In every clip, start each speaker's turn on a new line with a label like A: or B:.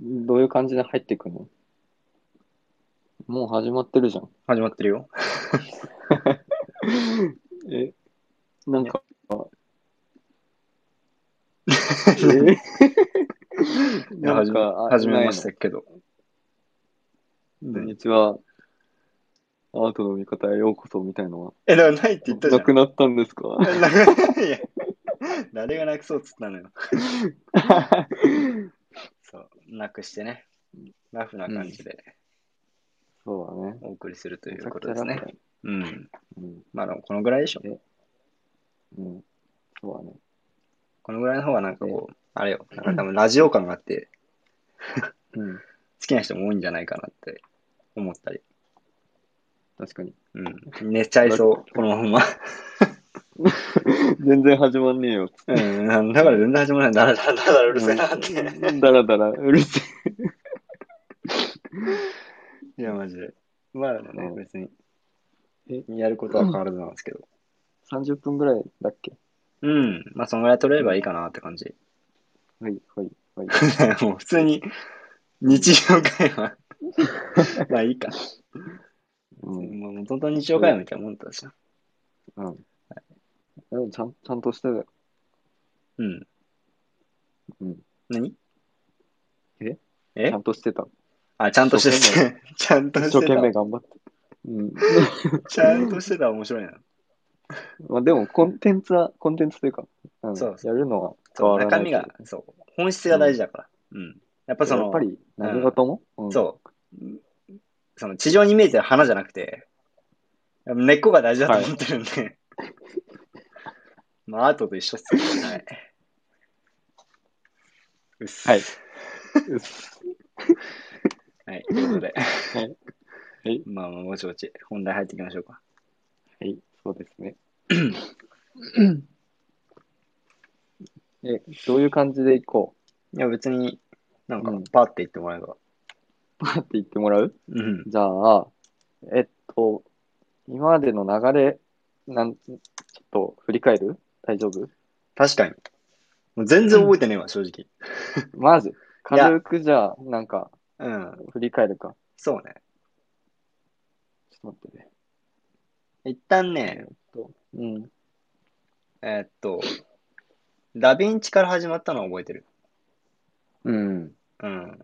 A: どういう感じで入っていくのもう始まってるじゃん。
B: 始まってるよ。
A: え、なんか、 え
B: いや
A: なんか、あ
B: 始めまし
A: な
B: たけど。
A: いのこんにちは。アートの味方へようこそみたいのは。
B: え、だからないって言ったじゃ
A: なくなったんです か
B: ん。なくいや誰がなくそうっつったの よ。そう、なくしてね。ラフな感じで
A: そうだね。
B: お送りすると
A: と
B: いうことですね。うん。
A: うん。
B: まあ、でもこのぐらいでしょ。
A: うん。そうだね。
B: このぐらいの方がなんかこう、あれよ、なんか多分ラジオ感があって、
A: うん。
B: 好きな人も多いんじゃないかなって思ったり。
A: 確か に。
B: うん。寝ちゃいそう、このまま。
A: 全然始まんねえよ。
B: うん。だから全然始まらない。だらだらだらうるせえなって。
A: だらだら、うる せ
B: いや、マジで。まあでもね、
A: うん
B: 別に
A: え。
B: やることは変わらずなんですけど。
A: え。30分ぐらいだっけ
B: うん。まあ、そんぐらい取れればいいかなって感じ。
A: はい、はい、はい。
B: もう普通に、日常会話。 まあいいか。
A: う。
B: もうん元々日常会話みたいなもんだしな。
A: うん。でもちゃん、ちゃんとしてたよ。
B: うん。
A: うん。
B: 何
A: えち
B: え
A: ゃんとしてた。
B: あ、ちゃんとして
A: 一生
B: た。 ちゃんと
A: 一
B: し
A: 生
B: て
A: 懸命
B: た。
A: 頑張って。 うん。
B: ちゃんとしてたら面白いな。
A: まあでも、コンテンツは、コンテンツというか、うん
B: そうそ
A: やるのは変
B: そう
A: わらな
B: 中
A: い
B: 身
A: けど。
B: が、そう。本質が大事だから。うん。やっぱそ
A: や
B: の
A: っぱ、り、何事も、うん
B: そう。その地上に見えてる花じゃなくて、根っこが大事だと思ってるんで、 まあ、アートと一緒っすね。はい。うっす
A: はい。うっす
B: はい。ということで、
A: はい。 はい
B: まあ、まあぼちぼち、本題入っていきましょうか。
A: はい、そうです ね。え、どういう感じでいこう
B: いや、別に、なんか
A: うん、
B: パーって言ってもらえば。
A: パーって言ってもらう
B: うん。
A: じゃあ、えっと、今までの流れ、なんちょっと振り返る大丈夫
B: 確かに。もう全然覚えてねえわ、正直。
A: まず、軽くじゃあ、なんか、
B: うん。
A: 振り返るか。
B: そうね。
A: ちょっと待ってね。
B: 一旦ね、
A: うん。
B: えーっと、ダヴィンチから始まったのは覚えてる。
A: うん。
B: うん。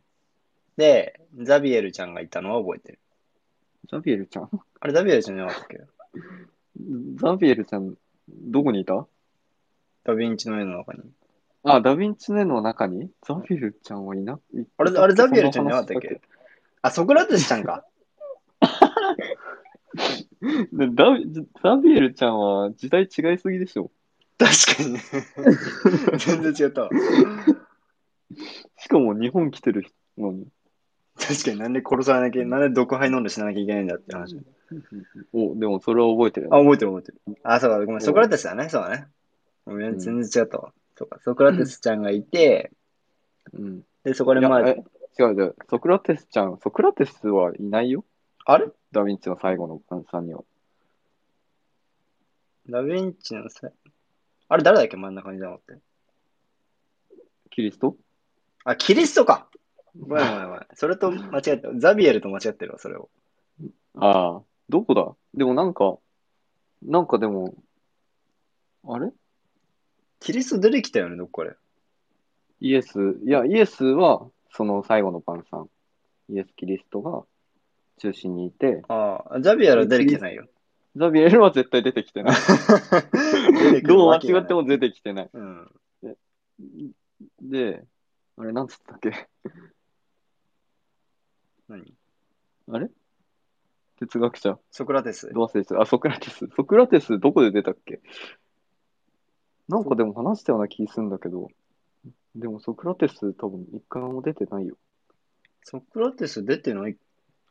B: で、ザビエルちゃんがいたのは覚えてる。
A: ザビエルちゃん
B: あれ、ザビエルちゃんじゃなかったっけ
A: ザビエルちゃん、どこにいた
B: ダヴィンチの絵の中に。
A: あ、ダヴィンチネの中にザビエルちゃんはいな
B: あれ、あれザビエルちゃんじゃなかった
A: その
B: っ
A: 話
B: けあ、ソクラテスちゃんか。
A: でダビザビエルちゃんは時代違いすぎでしょ。
B: 確かに ね。全然違ったわ。
A: しかも日本来てるのに。
B: 確かになんで殺されなきゃ、なんで毒杯飲んで死ななきゃいけないんだって話。
A: お、でもそれは覚えてる
B: あ、
A: よ。
B: 覚えてる覚えてる。あ、そうか、ごめ
A: ん
B: ん、ソクラテスだね。そうだね。ごめ、
A: うんん
B: 全然違ったわ。そうか、ソクラテスちゃんがいて、
A: うん。
B: で、そこでま
A: いや
B: あ、
A: え違う違う。ソクラテスちゃん、ソクラテスはいないよ。
B: あれ
A: ダヴィンチの最後の晩餐には。
B: ダヴィンチのさ、あれ誰だっけ真ん中にじゃなくて。
A: キリスト
B: あ、キリストか。ごめんごめんごめん。 それと間違えた。ザビエルと間違ってるわ、それを。
A: ああ、どこだでもなんか、なんかでも、あれ
B: キリスト出てきたよね、どっかで。
A: イエス、いや、イエスは、その最後の晩餐。イエス・キリストが中心にいて、
B: ああ、ザビエルは出てきて ないよ。
A: ザビエルは絶対出てきてない。どう間違って
B: も。
A: も出てきてない。
B: うん。
A: で、あれ、なんつったっけ
B: 何
A: 哲学者。
B: ソクラテス。
A: どう忘れてたあ、ソクラテス。ソクラテス、どこで出たっけなんかでも話したような気するんだけど、でもソクラテス多分一回も出てないよ。
B: ソクラテス出てない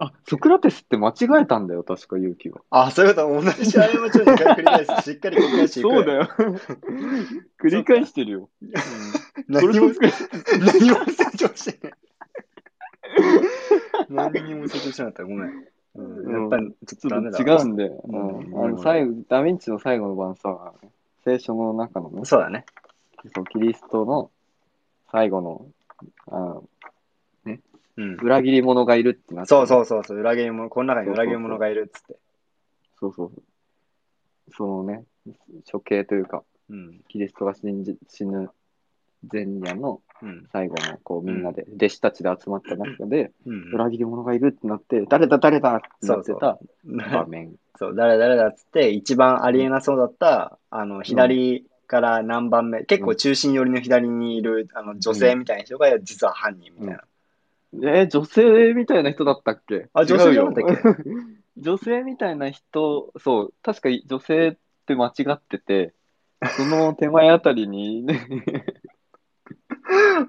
A: あ、ソクラテスって間違えたんだよ、確か、勇気は。
B: あ、そういうこと。同じ過ちを2回繰り返 す。しっかり繰り返していく。
A: そうだ よ。繰り返してるよ。それ
B: 何も
A: そ、れ
B: 何も成長してない。何にも成長してなかった。ごめん。うん、やっぱりちょっ
A: ち
B: と
A: ょ
B: ダメ
A: っ
B: だ
A: と
B: わ。
A: 違うんで、う
B: うん
A: ん、あの最後ダヴィンチの最後の晩餐は、ね、聖書の中のね、
B: そうだね。
A: そうキリストの最後のあの
B: うん。
A: 裏切り者がいるってなって、。
B: そうそううそうそう、裏切り者、この中に裏切り者がいるっつって。
A: そうそうそう。そのね、処刑というか、
B: うん。
A: キリストが死んじ死ぬ前夜の
B: うん。
A: 最後のこうみんなで、弟子たちで集まった中で、
B: うん。
A: 裏切り者がいるってなって、誰だ誰だってなってた場面。
B: そう、誰誰だっつって、一番ありえなそうだった、あの、左から何番目、結構中心寄りの左にいる、あの、女性みたいな人が、実は犯人みたいな。
A: えー女性みたいな人だったっけ
B: あ女性
A: 違うよ
B: じゃなか
A: 女性みたいな人、そう、確か女性って間違ってて、その手前あたりに、 ね、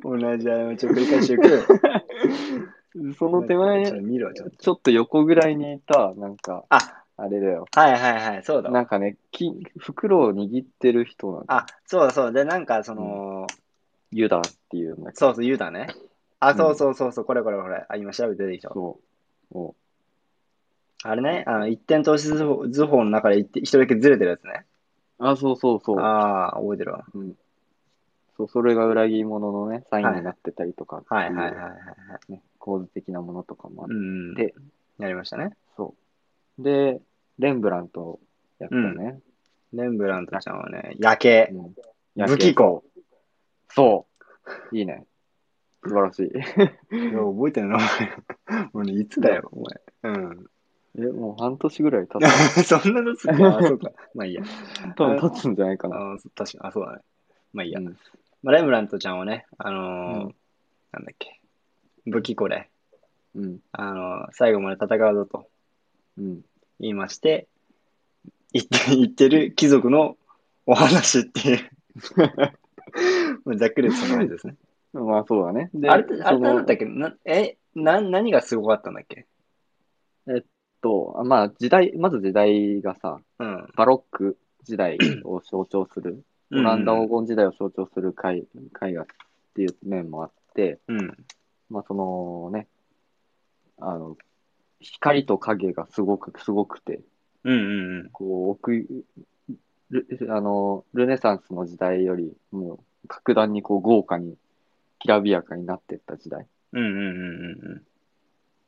B: 同じ過ちを繰り返していく。
A: その手
B: ちょっと
A: 前、
B: 見ろ、ちょっと。
A: ちょっと横ぐらいにいた、なんか、
B: あ、
A: あれだよ。
B: はいはいはい、そうだわ。
A: なんかね、き袋を握ってる人なんだ
B: あ、そうだそうだ。で、なんか、その、
A: ユダっていうんだけ
B: そうそう、言うだね。あ、
A: ん
B: そうそうそうそう、これこれこれ。あ、今調べて出てきた
A: ど。。そう。お
B: あれね、あの、一点投資図法図法の中で一点一人だけずれてるやつね。
A: あ、そうそうそう。
B: ああ、覚えてるわ。
A: うん、そうそれが裏切り者のね、サインになってたりとかって
B: はいいうはいはいはい。
A: ね構図的なものとかもあっ
B: う
A: て、
B: ん。
A: で、
B: やりましたね。
A: そう。で、レンブラントやったね。
B: レンブラントちゃんはね、夜景、
A: うん
B: 武器。庫。
A: そう。いいね。素晴らしい。
B: いや覚えてるな、お前。 もうね、いつだよ、お前。うん。
A: え、もう半年ぐらい経っ
B: そんなのつくあ、そうか。まあいいや。
A: た。多分経つんじゃないか
B: あ
A: な。
B: ーそ確かに、あ、そうだね。まあいいや
A: う。ん
B: まあ、レンブラントちゃんはね、あのー
A: うん
B: なんだっけ、武器庫で、
A: うん。
B: あのー最後まで戦うぞと
A: うん。
B: 言いまして、言って言ってる貴族のお話っていう。まあざっくりその話ですね。
A: まあそうだね。で、
B: あれって、あ
A: そ
B: れ
A: の
B: なんだったっけなえ、な、何がすごかったんだっけ
A: と、あまあ時代、まず時代がさ、
B: うん。
A: バロック時代 を象徴する、オランダ黄金時代を象徴する絵絵画っていう面もあって、
B: うん。
A: まあそのね、あの、光と影がすごく、すごくて、
B: うんうんうん。
A: こう、奥い、ルあの、ルネサンスの時代より、もう、格段にこう、豪華に、きらびやかになっていった時代っ
B: うんうんうんうん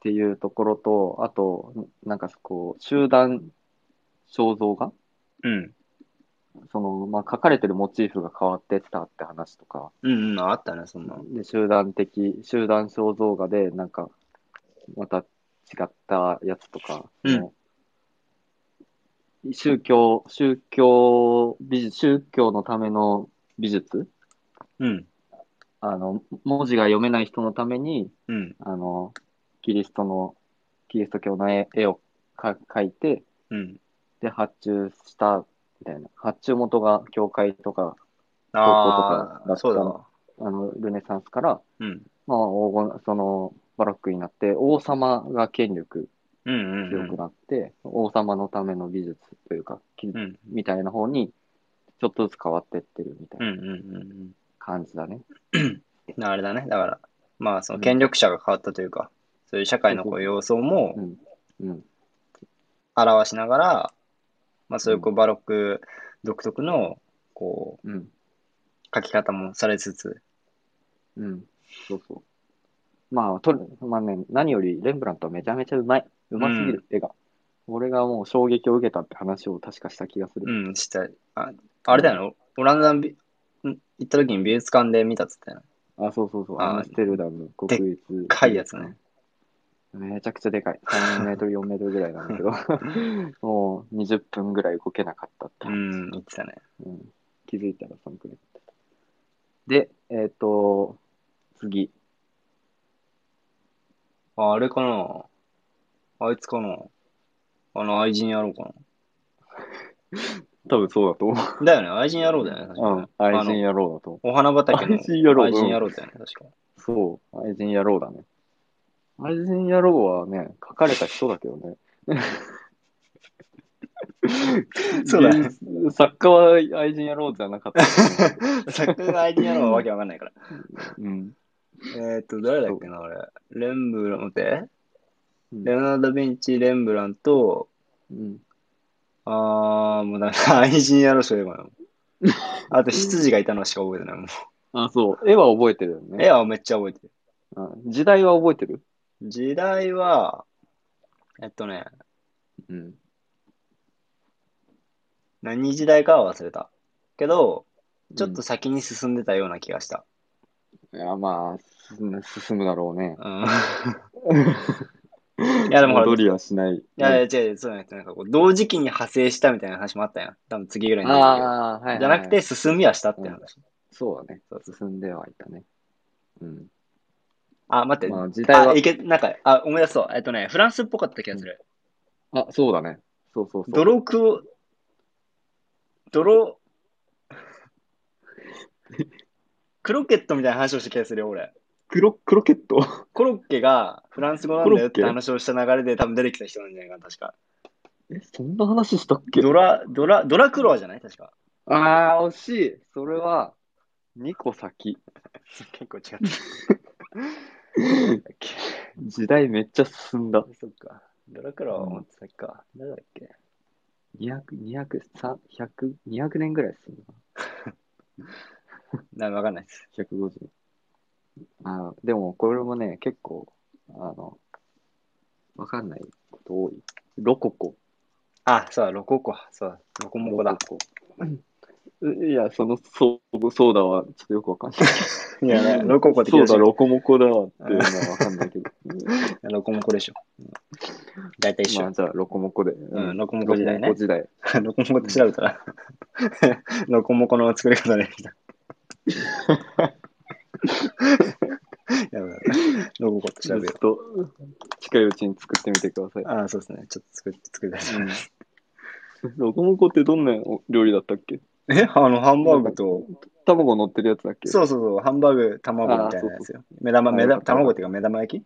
A: ていうところと、あと、なんかこう、集団肖像画
B: うん。うん。
A: その、まあ、書かれてるモチーフが変わってったって話とか、
B: うんうん、あったね、そんなの。
A: で、集団的、集団肖像画で、なんか、また違ったやつとか、
B: うん
A: その宗教、宗教美術、宗教のための美術
B: うん。
A: あの、文字が読めない人のために、
B: うん。
A: あの、キリストの、キリスト教の絵絵をか描いて、
B: うん。
A: で、発注した、みたいな。発注元が教会とか、
B: あ
A: 高校とかだった
B: あ、
A: の
B: そうだわ。
A: あの、ルネサンスから、
B: うん。
A: まあ、黄金、その、バロックになって、王様が権力
B: うんうんう
A: 強く
B: ん。
A: なって、王様のための美術というか、き
B: うん
A: みたいな方に、ちょっとずつ変わってってるみたい
B: うん
A: な
B: うんうんうん。
A: 感じだね。
B: なあれだね。だから、まあ、その
A: うん
B: 権力者が変わったというか、そういう社会のこ
A: そうそうそ
B: う
A: う
B: 様相も
A: うん。うん。
B: 表しながら、まあ、そういうこうバロック独特のこ
A: うん。
B: う書き方もされつつ、
A: うん。そうそう。まあ、とる、まあね、何よりレンブラントはめちゃめちゃうまい。うますぎる、絵が。俺がもう衝撃を受けたって話を確かした気がす
B: う
A: る。
B: ん、したあ、あれだよね。オランダの美ん行った時に美術館で見たっつったよね。
A: あ、そうそうそう。
B: あー
A: アムステルダム国立。でっ
B: かいやつね。
A: めちゃくちゃでかい。3メートル、4メートルぐらいなんだけど、 もう20分ぐらい動けなかったって
B: う
A: 話、
B: ん、言ってたね。
A: うん気づいたらそのくらいだった。で、えっ、と、次。
B: ああれかなあいつかなあの、愛人やろうか
A: 多分そうだと思
B: な。だよね、愛人やろうだよね、確か
A: う。う
B: ね
A: ん、愛
B: あの
A: 人野郎だと思
B: お花畑の
A: 愛人野郎
B: 愛人野郎だよね、確か。
A: う。そう、愛人野郎だね。愛人野郎はね、書かれた人だけど ね。
B: そうだね
A: 原 作家は愛人野郎じゃなかったけどね、
B: 作家が愛人野郎はわけわかんないから。
A: うん。
B: えっと、誰だっけな、あれ。レンブラント、待って
A: うん
B: レオナルド・ダヴィンチ、レンブラント、
A: うん。
B: あー、もうだめだ、愛人野郎しか言えばない。あと、執事がいたのしか覚えてないもん。
A: あ、そう。絵は覚えてるよね。
B: 絵はめっちゃ覚えてる。
A: うん時代は覚えてる
B: 時代は、えっとね、
A: うん。
B: 何時代かは忘れた。けど、ちょっと先に進んでたような気がした。
A: いや、まあ、進む進むだろうね。
B: うん。いや、でもほら、
A: 戻りはしない。
B: いやいや、違う違う、そうじゃなくて、なんかこう、同時期に派生したみたいな話もあったやん。多分次ぐらいになるけど
A: ああ、はいはいはい。
B: じゃなくて、進みはしたって話。
A: そうだね
B: そう。
A: 進んではいたね。うん。
B: あ、待って。
A: まあ、時代は
B: あ、い。け、なんか、あ、思い出そう。えっとね、フランスっぽかった気がする。
A: あ、そうだね。そうそうそう。
B: ドロクオ、ドロ、クロケットみたいな話をした気がするよ、俺。
A: クロ、クロケット
B: コロッケがフランス語なんだよっ
A: コ
B: て
A: ロッケ
B: 話をした流れで多分出てきた人なんじゃないかな、確か。
A: え、そんな話したっけ
B: ドラ、ドラ、ドラクロワじゃない確か。
A: ああ、惜しい。それは、2個 先。
B: 結構違った。
A: 時代めっちゃ進んだ。
B: そっか。ドラクロワはもっと先か。誰だっけ
A: 200、200、300、200年ぐらい進んだ。
B: なんかわかんないです。
A: 150。あーでも、これもね、結構、あの、わかんないこと多い。ロココ。
B: あ、そうだ、ロココ。そうだ、ロコモコだ
A: ロ。ココ。うんいや、その、そう、そうだわ。ちょっとよくわかんない。
B: いや、 ロココって
A: そうだ、
B: ロ
A: ロコモコだわっていうのはわかんないけ ど。
B: ロコモコでしょ。だいたい一
A: まあ、
B: 緒。
A: じゃあ、ロコモコで。
B: うん、ロコモコ時代ね
A: ロコモコ。時代。
B: ロコモコって調べたら、 ロコモコの作り方できた。やばいロコモコって
A: ち
B: 調
A: ょっ
B: べよ
A: と、近いうちに作ってみてくださ
B: う。ああ、そうですね。ちょっと作って、作り出し
A: い。 ロコモコってどんなお料理だったっけ
B: え、あの、ハンバーグと、
A: 卵乗ってるやつだっけ
B: そうそうそう、ハンバーグ、卵みたいなやつよ。目玉、
A: あ
B: 目
A: よかっ
B: 玉、
A: た
B: 卵っていうか目玉焼き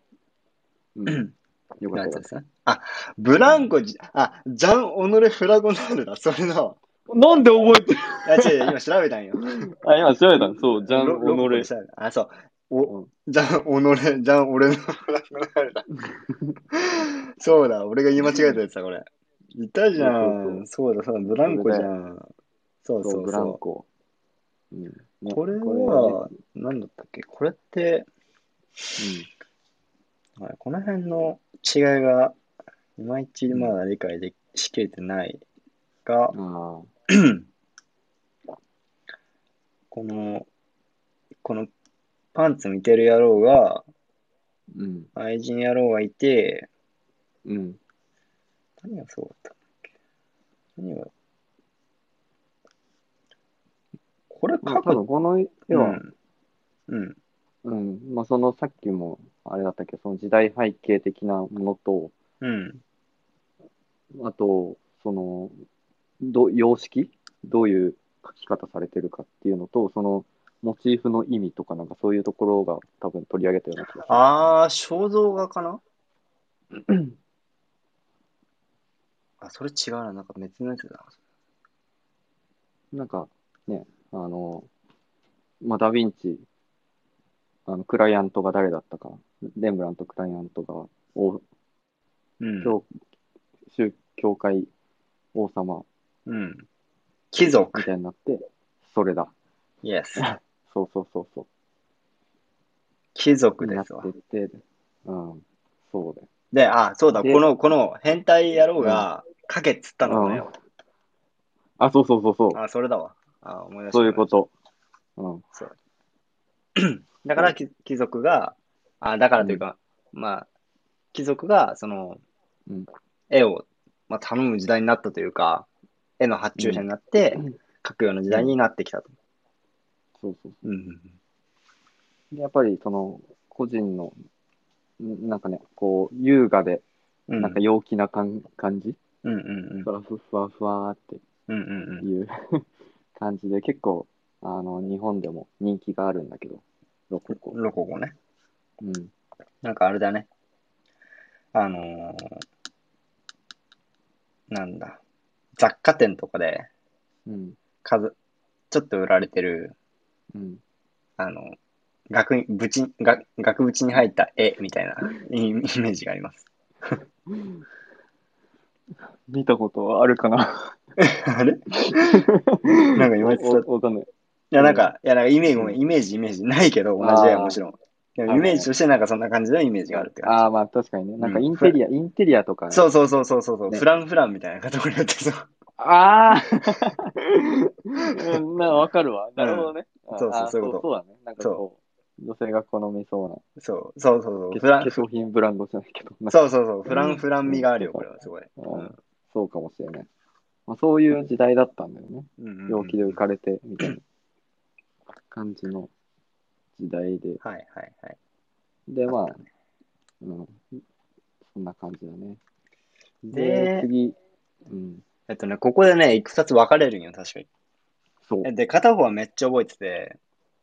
A: うん。 よか
B: の
A: っ
B: や
A: たで。
B: つですすね。あ、ブランコじ、あ、ジャン・オノレ・フラゴナールだ、それだわ。
A: なんで覚えてる
B: いや、違う、今調べたんよ。
A: あ、今調べたのそう、ジャン・
B: ロ
A: オノレ。。
B: ロココで調べたあ、そう。お、ジャン・オノレ、ジャン・俺のフラグナールだ。 そうだ、俺が言い間違えたやつだ、これ。いたじゃん。そうだ、そうだ、ブランコじゃん。そう
A: そ、
B: そうう
A: ブラン
B: そ
A: コ。うんね
B: う。これ
A: ね
B: は、何だったっけこれって、
A: うん
B: はいこの辺の違いが、いまいちまだ理解できしきれてないが、
A: あ
B: この、このパンツ見てる野郎が、
A: ーうん。
B: 愛人野郎がいて、
A: うん。
B: 何がそうだったんだっけ何がこれ
A: まあ、
B: 書
A: 多
B: く
A: 分この絵
B: う
A: は、
B: ん。うん。
A: うん。まあ、その、さっきも、あれだったけど、その時代背景的なものと、
B: うん。
A: あと、その、ど様式どういう書き方されてるかっていうのと、その、モチーフの意味とか、なんかそういうところが多分取り上げたような気がする。
B: あー、肖像画 かなあ、それ違うな。なんか別のやつだ
A: なんかね、あの、まあ、ダ・ヴィンチ、あの、クライアントが誰だったか、レンブラント・クライアントが王、
B: な。うん。
A: 教、宗教会王様
B: うん。貴
A: み
B: 族。
A: たいになって、 それだ。
B: イエス。
A: そうそうそうそ
B: 貴
A: う。
B: 族
A: に
B: で
A: なっ
B: すわ。
A: てて、うん、そうだよ。
B: で、あ、そうだ。
A: で
B: この、この変態野郎が書けっつったのかなよ。
A: あ、そうそうそうそう。
B: あ、それだわ。あ、思い出した。
A: そういうこと。うん。
B: だから貴貴族が、あだからというか、まあ、貴族が、その、
A: うん
B: 絵を、まあ、頼む時代になったというか、絵の発注者になって、
A: うん
B: 描くような時代になってきたと。
A: そうそう
B: うんうん
A: でやっぱり、その、個人の、んなんかね、こう、優雅で、
B: うん。
A: なんか陽気な感感じ、
B: うんうんうん
A: ふ。わふふわふわーって
B: うんうんうん。
A: いう感じで、結構、あの、日本でも人気があるんだけど、ロココ。
B: ロココね。
A: うん。
B: なんかあれだね。あのーなんだ。雑貨店とかで、
A: うん。
B: 数、ちょっと売られてる、
A: うん。
B: あの、額に、ぶち、が額縁に入った絵みたいなイイメージがあります。
A: 見たことはあるかな
B: あれなんか今言ってた。い
A: わわかんない。
B: や、なんか、いや、なんかイメージ、ごめ、
A: うん
B: イメージ、イメージないけど、同じだよ、
A: あー
B: もちろん。でもイメージとしてなんかそんな感じのイメージがあるって感じ。
A: ああ、まあ確かにね。なんかインテリア、インテリアとか、ね。
B: そうそうそうそうそう、
A: ね
B: フランフランみたいなカテゴリーだってさ。
A: ああうんなんかわかるわ。なるほどね。あ
B: そうそう
A: あ
B: そういうこと
A: そうだね。なんかこう、女性が好みそうな。
B: そうそうそうそう、
A: 化
B: フラ
A: 粧
B: ン
A: 化粧品ブランドじゃないけど。なんか
B: そうそうそう、フランフラン味があるよ、これはすごい。
A: うんそうかもしれない。まあ、そういう時代だったんだよね。
B: うん
A: 陽気で浮かれて、みたいな感じの時代で。
B: はいはいはい。
A: で、
B: あ
A: まあ
B: った、
A: うん、そんな感じだね。で、
B: で
A: 次、うん、
B: えっとね、ここでね、いくつ分かれるんよ、確かに。
A: そう
B: え。で、片方はめっちゃ覚えてて、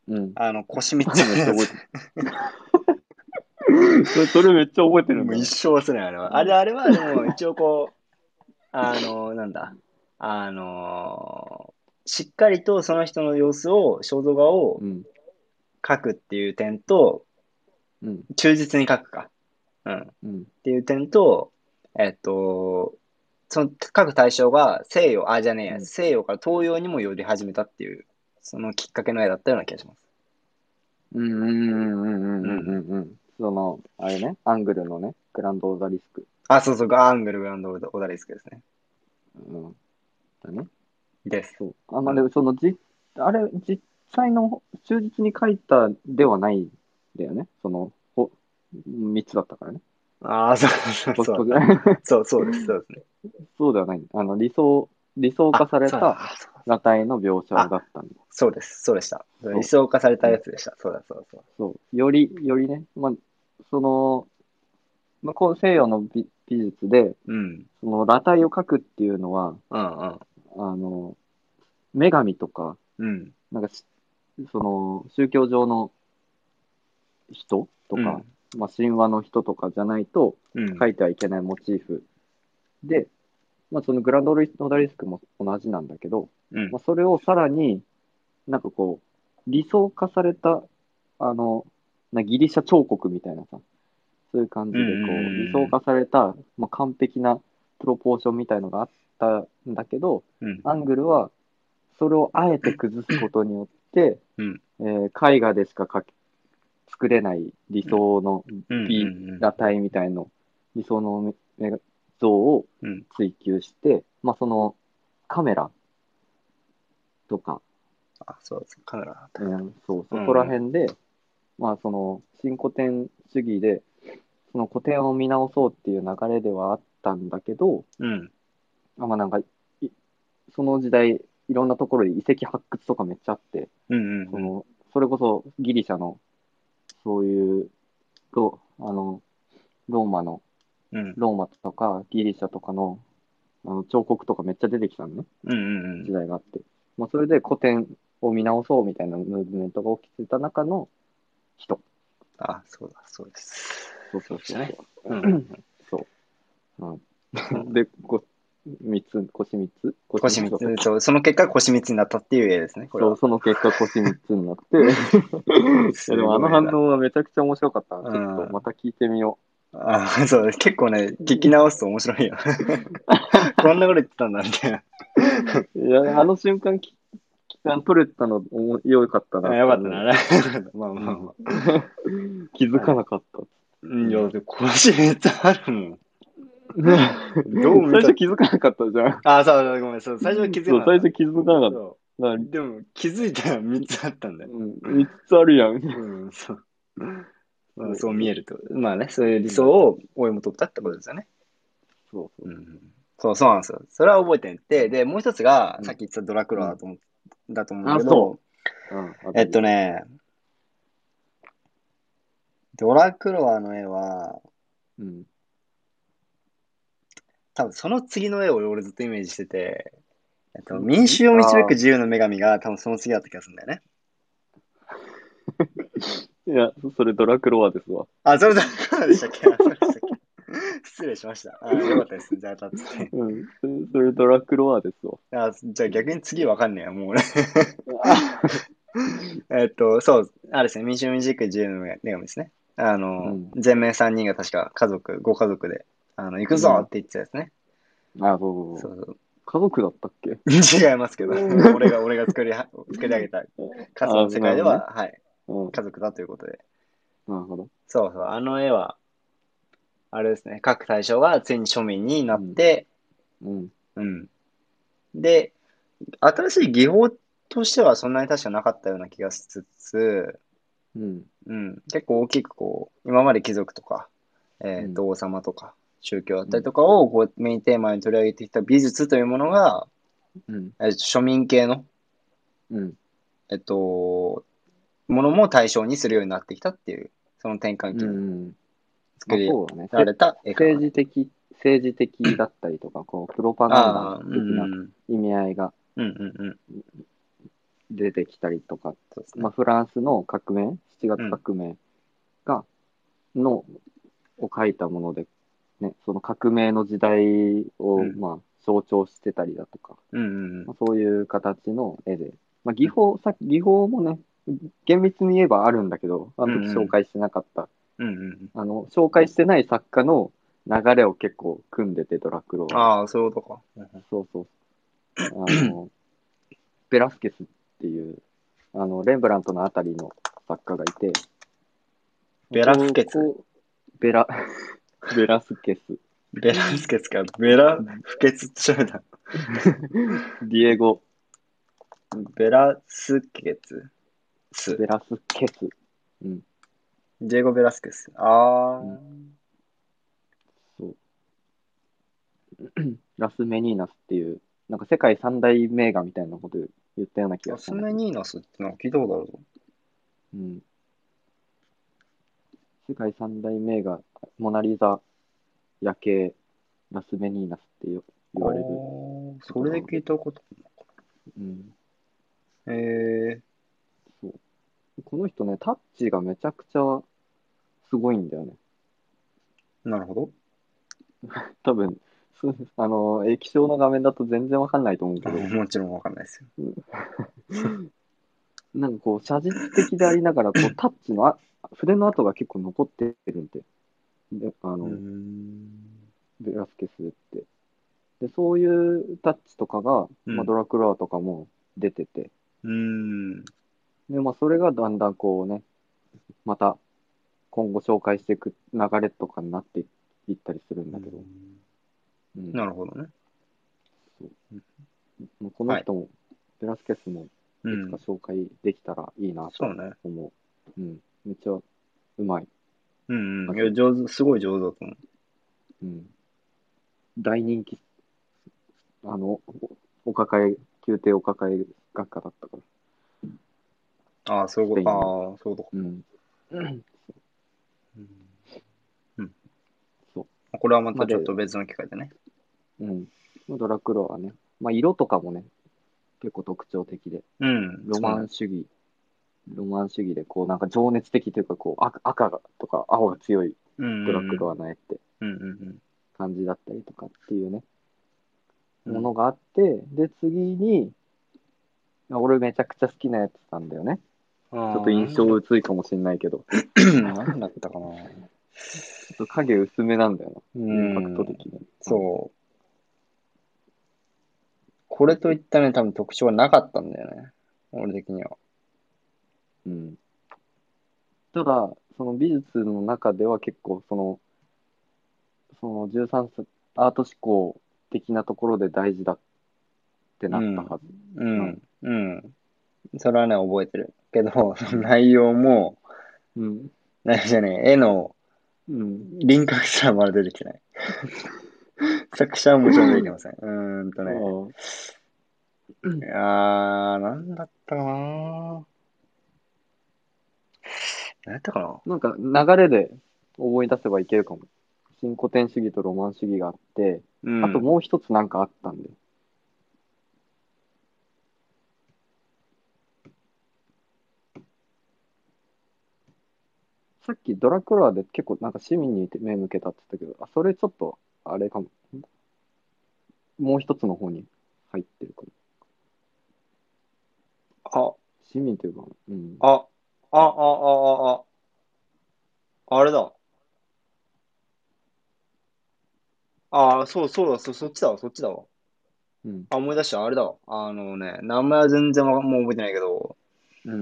A: うん。
B: あの、腰み
A: め
B: た
A: っちゃ
B: いなや
A: 覚
B: つ。
A: えてる。それそれめっちゃ覚えてる んだ
B: もう
A: よ。
B: 一生忘れない、あれは。あれ、あれはでも一応 こう、あの、なんだ、あの、しっかりとその人の様子を、肖像画を
A: うん。
B: 描くっていう点と、
A: うん。
B: 忠実に描くか。うん。っ
A: うん。
B: ていう点と、えっと、その描く対象が西洋、あ、じゃねえや、
A: うん
B: 西洋から東洋にも寄り始めたっていう、そのきっかけの絵だったような気がします。
A: うんうんうんうんうんうんうん。その、あれね、アングルのね、グランドオーザリスク。
B: あ、そうそう、ガーングルグランドオダリスクですね。
A: うん。だね。
B: です。
A: そう。あまあでもそのじ、あれ、実際の忠実に書いたではないんだよね。その、ほ3つだったからね。
B: ああ、そうそう
A: 僕
B: そう。
A: 僕
B: そうそうです、そうですね。
A: そうではない。あの、理想、理想化され
B: あそうだ
A: た
B: あそう
A: 裸体の描写だったんだ。
B: そうです、そうでした。
A: う
B: 理想化されたやつでした。そうだ、そうだ、そう
A: そう。より、よりね、まあ、その、向こう西洋の美美術で、
B: だ。うん。
A: その裸体を描くっていうのは、
B: うんうん。
A: あの、女神とか、
B: うん。
A: なんかし、その、宗教上の人とか、まあ、神話の人とかじゃないと、
B: うん。
A: 書
B: い。
A: いてはいけないモチーフで、まあ、そのグランドオダリスクも同じなんだけど、
B: うん
A: まあ、それをさらに、なんかこう、理想化された、あの、なギリシャ彫刻みたいなさ、そういう感じで、こ
B: うんうんうんう
A: う、
B: ん
A: 理想化された、まあ、完璧なプロポーションみたいのがあったんだけど、
B: うん。
A: アングルは、それをあえて崩すことによって、
B: うん
A: えー絵画でしか描き作れない理想の
B: うん。
A: 美
B: うん。
A: 裸体みたいの、理想の目が像を
B: うん。
A: 追求して、まあ、そのカメラとか、
B: あ、そうです。カメラだった。
A: うんそうそ
B: うん
A: こら辺で、まあ、その新古典主義でその古典を見直そうっていう流れではあったんだけど、
B: うん。
A: あまあ、なんかいその時代いろんなところで遺跡発掘とかめっちゃあって、
B: うん。うん。
A: そのそれこそギリシャのそういうロあのローマの
B: うん。
A: ローマとかギリシャとかのあの彫刻とかめっちゃ出てきたのね、
B: うん。うん。
A: 時代があって。まあ、それで古典を見直そうみたいなムーブメントが起きてた中の人。
B: あ、そうだ、そうです。
A: そうそうそう。
B: うん。
A: そう。うん、で、こ三つ、腰三つ
B: 腰三
A: つ
B: つ、そう、その結果、腰三つになったっていう絵ですね、これ
A: そ
B: は
A: う、。その結果腰三つになって。い やでもあの反応がめちゃくちゃ面白かったな。ちょっとまた聞いてみよ
B: あそうです。結構ね、聞き直すと面白 いよ。こんなこと言ってたんだ、みたいな。
A: う。いや、あの瞬間、きき取れたのおも良かったな。
B: あよかったな。 まあまあまあ。
A: 気づかなか った。
B: うん、いや、でも腰めっちゃあるもん。ど
A: ど
B: う見た
A: 最初気づかなかったじゃん。
B: あ、そうそう、ごめん、そう、最初は気づい
A: そう
B: なか
A: 最
B: った
A: 初気づかなかっ
B: そ
A: た。な
B: うでも、気づいたら3つあったんだよ。
A: うん、5つあるやん。
B: うん、そう。まあ、そう見えると。まあね、そういう理想を追い求めたってことですよね。
A: そうそう。
B: うんそうそうなんですよ。それは覚えてて、で、もう一つが
A: う、ん
B: さっき言ってたドラクロだと思,、うだと思うんだ
A: あ、
B: けど
A: そ、う。うん
B: えっと。ね、ドラクロワの絵は、
A: うん。
B: 多分その次の絵を俺ずっとイメージしてて、えっと、民衆を導く自由の女神が多分その次だった気がするんだよね。
A: いや、それドラクロワですわ。
B: あ、それだ、そうでしたっ けあそうでしたっけ失礼しました。あ、よかったです。じゃあ当たって
A: うん。それそれドラクロワですわ。
B: あ、じゃあ逆に次わかんねえよ、もう俺。
A: あ
B: えっと、そう、あれですね、民衆民主主義自由の女神ですね。あの、
A: うん
B: 全面3人が確か家族、ご家族で、あの、行くぞって言ってたやつね。
A: あ、そうそ
B: そう
A: そう。
B: う
A: 家族だったっけ
B: そう。違いますけど、
A: うん
B: 俺が、俺が作りは、作り上げた、家族の世界では、はい、
A: うん。
B: 家族だということで。
A: なるほど。
B: そうそう、あの絵は、あれですね、各対象がついに庶民になって、
A: うん。
B: うん。で、新しい技法としてはそんなに確かなかったような気がしつつ、
A: うん。
B: うん、結構大きくこう、今まで貴族とか、
A: う
B: えー
A: ん
B: と、王様とか、宗教だったりとかをこうメインテーマに取り上げてきた美術というものが、
A: うん。
B: えー庶民系の、
A: うん。
B: えっと、ものも対象にするようになってきたっていう、その転換
A: う
B: 期に
A: ん。ま
B: 作
A: あ、
B: り
A: そうだね。
B: られた絵かな
A: 政治的、政治的だったりとか、こう、プロパ
B: あ
A: ガ
B: あ、う
A: ン
B: ん
A: ダ的
B: う
A: なん意味合いが
B: うんうん。
A: 出てきたりとか、
B: そうです
A: ま
B: ね
A: あ、。フランスの革命、7月革命が、の、を書いたもので、ね、その革命の時代を、
B: うん
A: まあ、象徴してたりだとか、
B: うんうんうん
A: まあ、そういう形の絵で、まあ、技法、さっき技法もね、厳密に言えばあるんだけど、あの時
B: うんう
A: 紹
B: ん
A: 介してなかった、
B: うんうんうん。
A: あの、紹介してない作家の流れを結構組んでて、ドラクロは。
B: ああ、そういうことか。うんうん
A: そうそう。あの、 ベラスケスっていう、あの、レンブラントのあたりの作家がいて。
B: ベラスケス
A: こうベラ、 ベラスケス。
B: ベランスケスか、ベラ、不潔って喋った。
A: ディエゴ・
B: ベラスケツス
A: ベ。ラスケス。
B: ジェイゴ・ベラスケス。ああ、
A: うそう。 ラスメニーナスっていう、なんか世界三大名画みたいなこと言ったような気が
B: ラ
A: した
B: ス
A: な。
B: メニーナスってなんか聞いたことあるぞ。
A: うん。世界三大名画、モナリザ、夜景、ラスメニーナスってよ言われる。
B: あーそれで聞いたこと
A: うん、
B: ええ
A: そうこの人ね、タッチがめちゃくちゃすごいんだよね。
B: ー、なるほど。
A: 多分 すあの液晶の画面だと全然わかんないと思うけど、
B: もちろんわかんないですよ。
A: なんかこう、写実的でありながらこう、タッチのあ筆の跡が結構残ってるんで、であの、
B: うん。
A: ベラスケスって。で、そういうタッチとかが、
B: うん
A: まあ、ドラクロアとかも出てて、
B: うん。
A: で、まあ、それがだんだんこうね、また今後紹介していく流れとかになっていったりするんだけど、うん
B: なるほどね。
A: もうこの人も、ベラスケスも
B: う
A: いつ
B: ん
A: か。紹介できたらいいなと
B: そうね。
A: 思う。うん、めっちゃうまい。
B: うんうん。いや、上手、すごい上手だと思
A: う
B: う。
A: ん、大人気、あの、おお抱え、宮廷お抱え学科だったから。
B: ああ、そういうこと。ああ、そういうことか。
A: うん、
B: うん。
A: そう
B: これはまたちょっと別の機会でね。
A: うん、ドラクロはね、まあ、色とかもね、結構特徴的で、
B: うん。
A: ロマン主義、ロマン主義で、こう、なんか情熱的というか、こう、赤赤がとか青が強い
B: うん。
A: ドラクロはないって
B: うんうんうん。
A: 感じだったりとかっていうね、
B: うん
A: ものがあって、で、次に、まあ俺めちゃくちゃ好きなやつなんだよね。
B: ち
A: ちょっと印象薄いかもしれないけど、
B: 何だったかな。
A: ちょっと影薄めなんだよ
B: う
A: な、インパクト的に。
B: そう。これといったね、多分特徴はなかったんだよね。俺的には。
A: うんただ、その美術の中では結構その、その13世アート思考的なところで大事だってなったはず。
B: うん。うん。それはね、覚えてる。けど、 その内容も、
A: うん。
B: 内容じゃねえ、絵の
A: うん。
B: 輪郭すらまだ出てきてない。 作者はもちろん出てきません。うーんとね。あー、なんだったかな何やったか
A: な
B: な
A: んか流れで思い出せばいけるかも。新古典主義とロマン主義があって、
B: うん。
A: あともう一つなんかあったんで。さっきドラクロアで結構なんか市民に目向けたって言ったけど、あ、それちょっとあれかも。もう一つの方に入ってるかも。
B: あ、
A: 市民というか、うん。
B: あ、あ、あ、あ、あ、あ、あれだ。あー、そうそうだ、そ、そっちだわ、そっちだわ。
A: うん。
B: あ、思い出した、あれだわ。あのね、名前は全然わかもう覚えてないけど、
A: うん。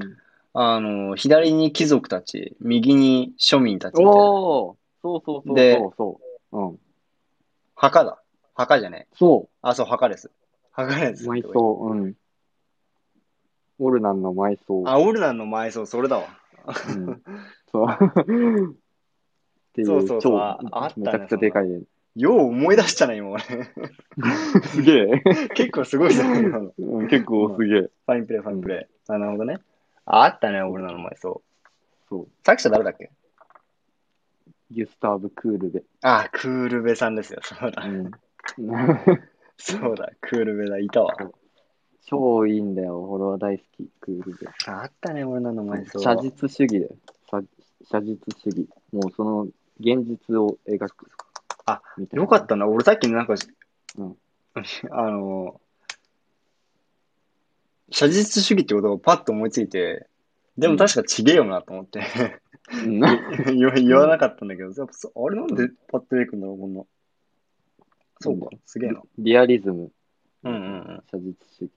B: あの、左に貴族たち、右に庶民たちみたいな。
A: おおそうそうそう
B: で
A: そうそう。うん。
B: 墓だ。墓じゃねえ。
A: そ
B: あ、そう、墓です。墓です。
A: う、埋葬、うん。オルナンの埋葬。
B: あ、オルナンの埋葬、それだわ。
A: うん そう。ってい
B: そう
A: う
B: そうそう
A: 超
B: ああったね
A: めちゃくちゃでかい絵。
B: よう思い出したね、今俺。
A: すげえ。
B: 結構すごいじゃん、今の。フ
A: うん結構すげえ。
B: ァインプレー、ファインプレー。あ、なるほどね。あ、あったね、オルナンの埋葬。
A: そう。
B: 作者誰だっけ
A: ギュスターブ・クールで。
B: あ、クールベさんですよ。そうだ。
A: うん
B: そうだ、クールベだ、いたわ。
A: 超いいんだよ。俺は大好き。クールで。
B: ああったね、オルナンの埋葬。
A: 写実主義だよ。写写実主義。もうその現実を描く。
B: あ、
A: みたいな
B: よかったな、俺さっきなんか、
A: うん、
B: あの、写実主義ってことをパッと思いついて、でも確かちげえよなと思って、
A: うん。
B: 言わ言わなかったんだけど、やっぱそあれなんでパッと出てくんだろう、こんな。そうか、すげえな。
A: リアリズム。
B: うんうん
A: 写実主義。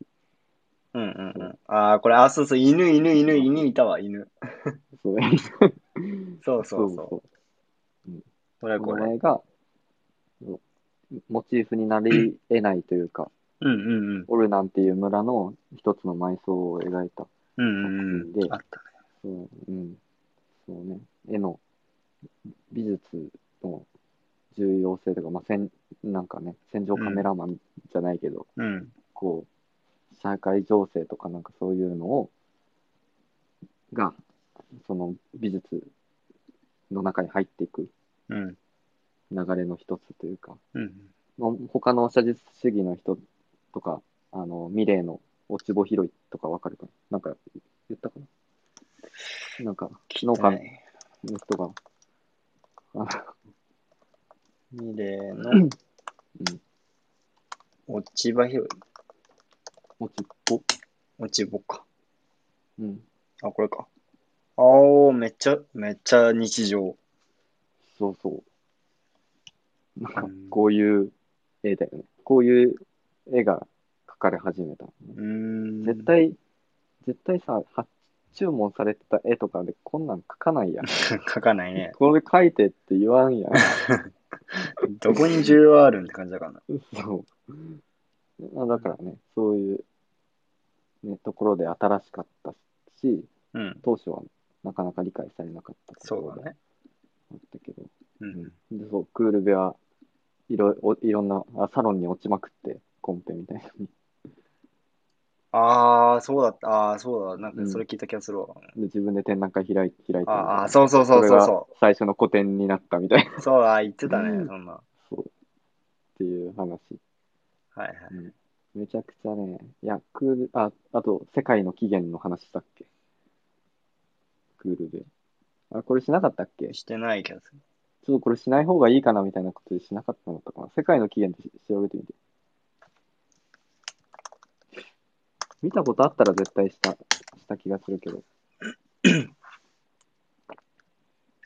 B: うん。うんうんうん。ああ、これ、あ、そうそう、犬、犬、犬、犬いたわ、犬。
A: そう
B: そ
A: そ
B: うそううそう。
A: そう。
B: これ、
A: こ
B: これ。
A: れがそうモチーフになり得ないというか、
B: うんうんうん。
A: オルナンっていう村の一つの埋葬を描いた。
B: うんうんうん。
A: で
B: あったね。
A: そううんそうね、絵の美術の重要性とか、まあ、せんなんかね、戦場カメラマンじゃないけど、
B: うん。
A: こう、社会情勢とかなんかそういうのを、が、その美術の中に入っていく
B: うん。
A: 流れの一つというか、
B: うん。
A: まあ他の写実主義の人とか、あの、ミレーの落ち穂拾いとかわかるかななんか言ったかななんか、農家の
B: ね
A: 人が、あ
B: ミレーの
A: うんうん、
B: 落ち葉拾い。
A: 落ち穂
B: 落ち葉か。
A: うん。
B: あ、これか。あー、めっちゃ、めっちゃ日常。
A: そうそう。なんか
B: うん、
A: こういう絵だよね。こういう絵が描かれ始めたのね、
B: うーん。
A: 絶対、絶対さ、発注文されてた絵とかでこんなん描かないやん。
B: 書かないね。
A: これ描いてって言わんやん。
B: どこに需要あるんって感じだからな。
A: そう。 あだからね、そういう、ね、ところで新しかったし、
B: うん。
A: 当初はなかなか理解されなかったとこ
B: そ
A: ろ
B: う
A: で
B: だね。
A: あったけど、
B: うん。
A: でそうクールベはいろおいろんなあサロンに落ちまくって、コンペみたいなのに。
B: あー、そうだった。あー、そうだ。なんかそれ聞いた気がするわ。
A: で、自分で展覧会開い開いて、
B: あーあー、そうそうそう
A: れ
B: そう
A: が
B: そ
A: 最初の個展になったみたいな、
B: う。そうだ、言ってたね、そんな。は
A: そうっていう話。
B: いはい。
A: めちゃくちゃね、いや、クール、あ、あと、世界の起源の話したっけクールで。あ、これしなかったっけち
B: してない気がする。
A: ょっとこれしない方がいいかなみたいなことでしなかったのとかな。世界の起源って調べてみて。見たことあったら絶対した、した気がするけど。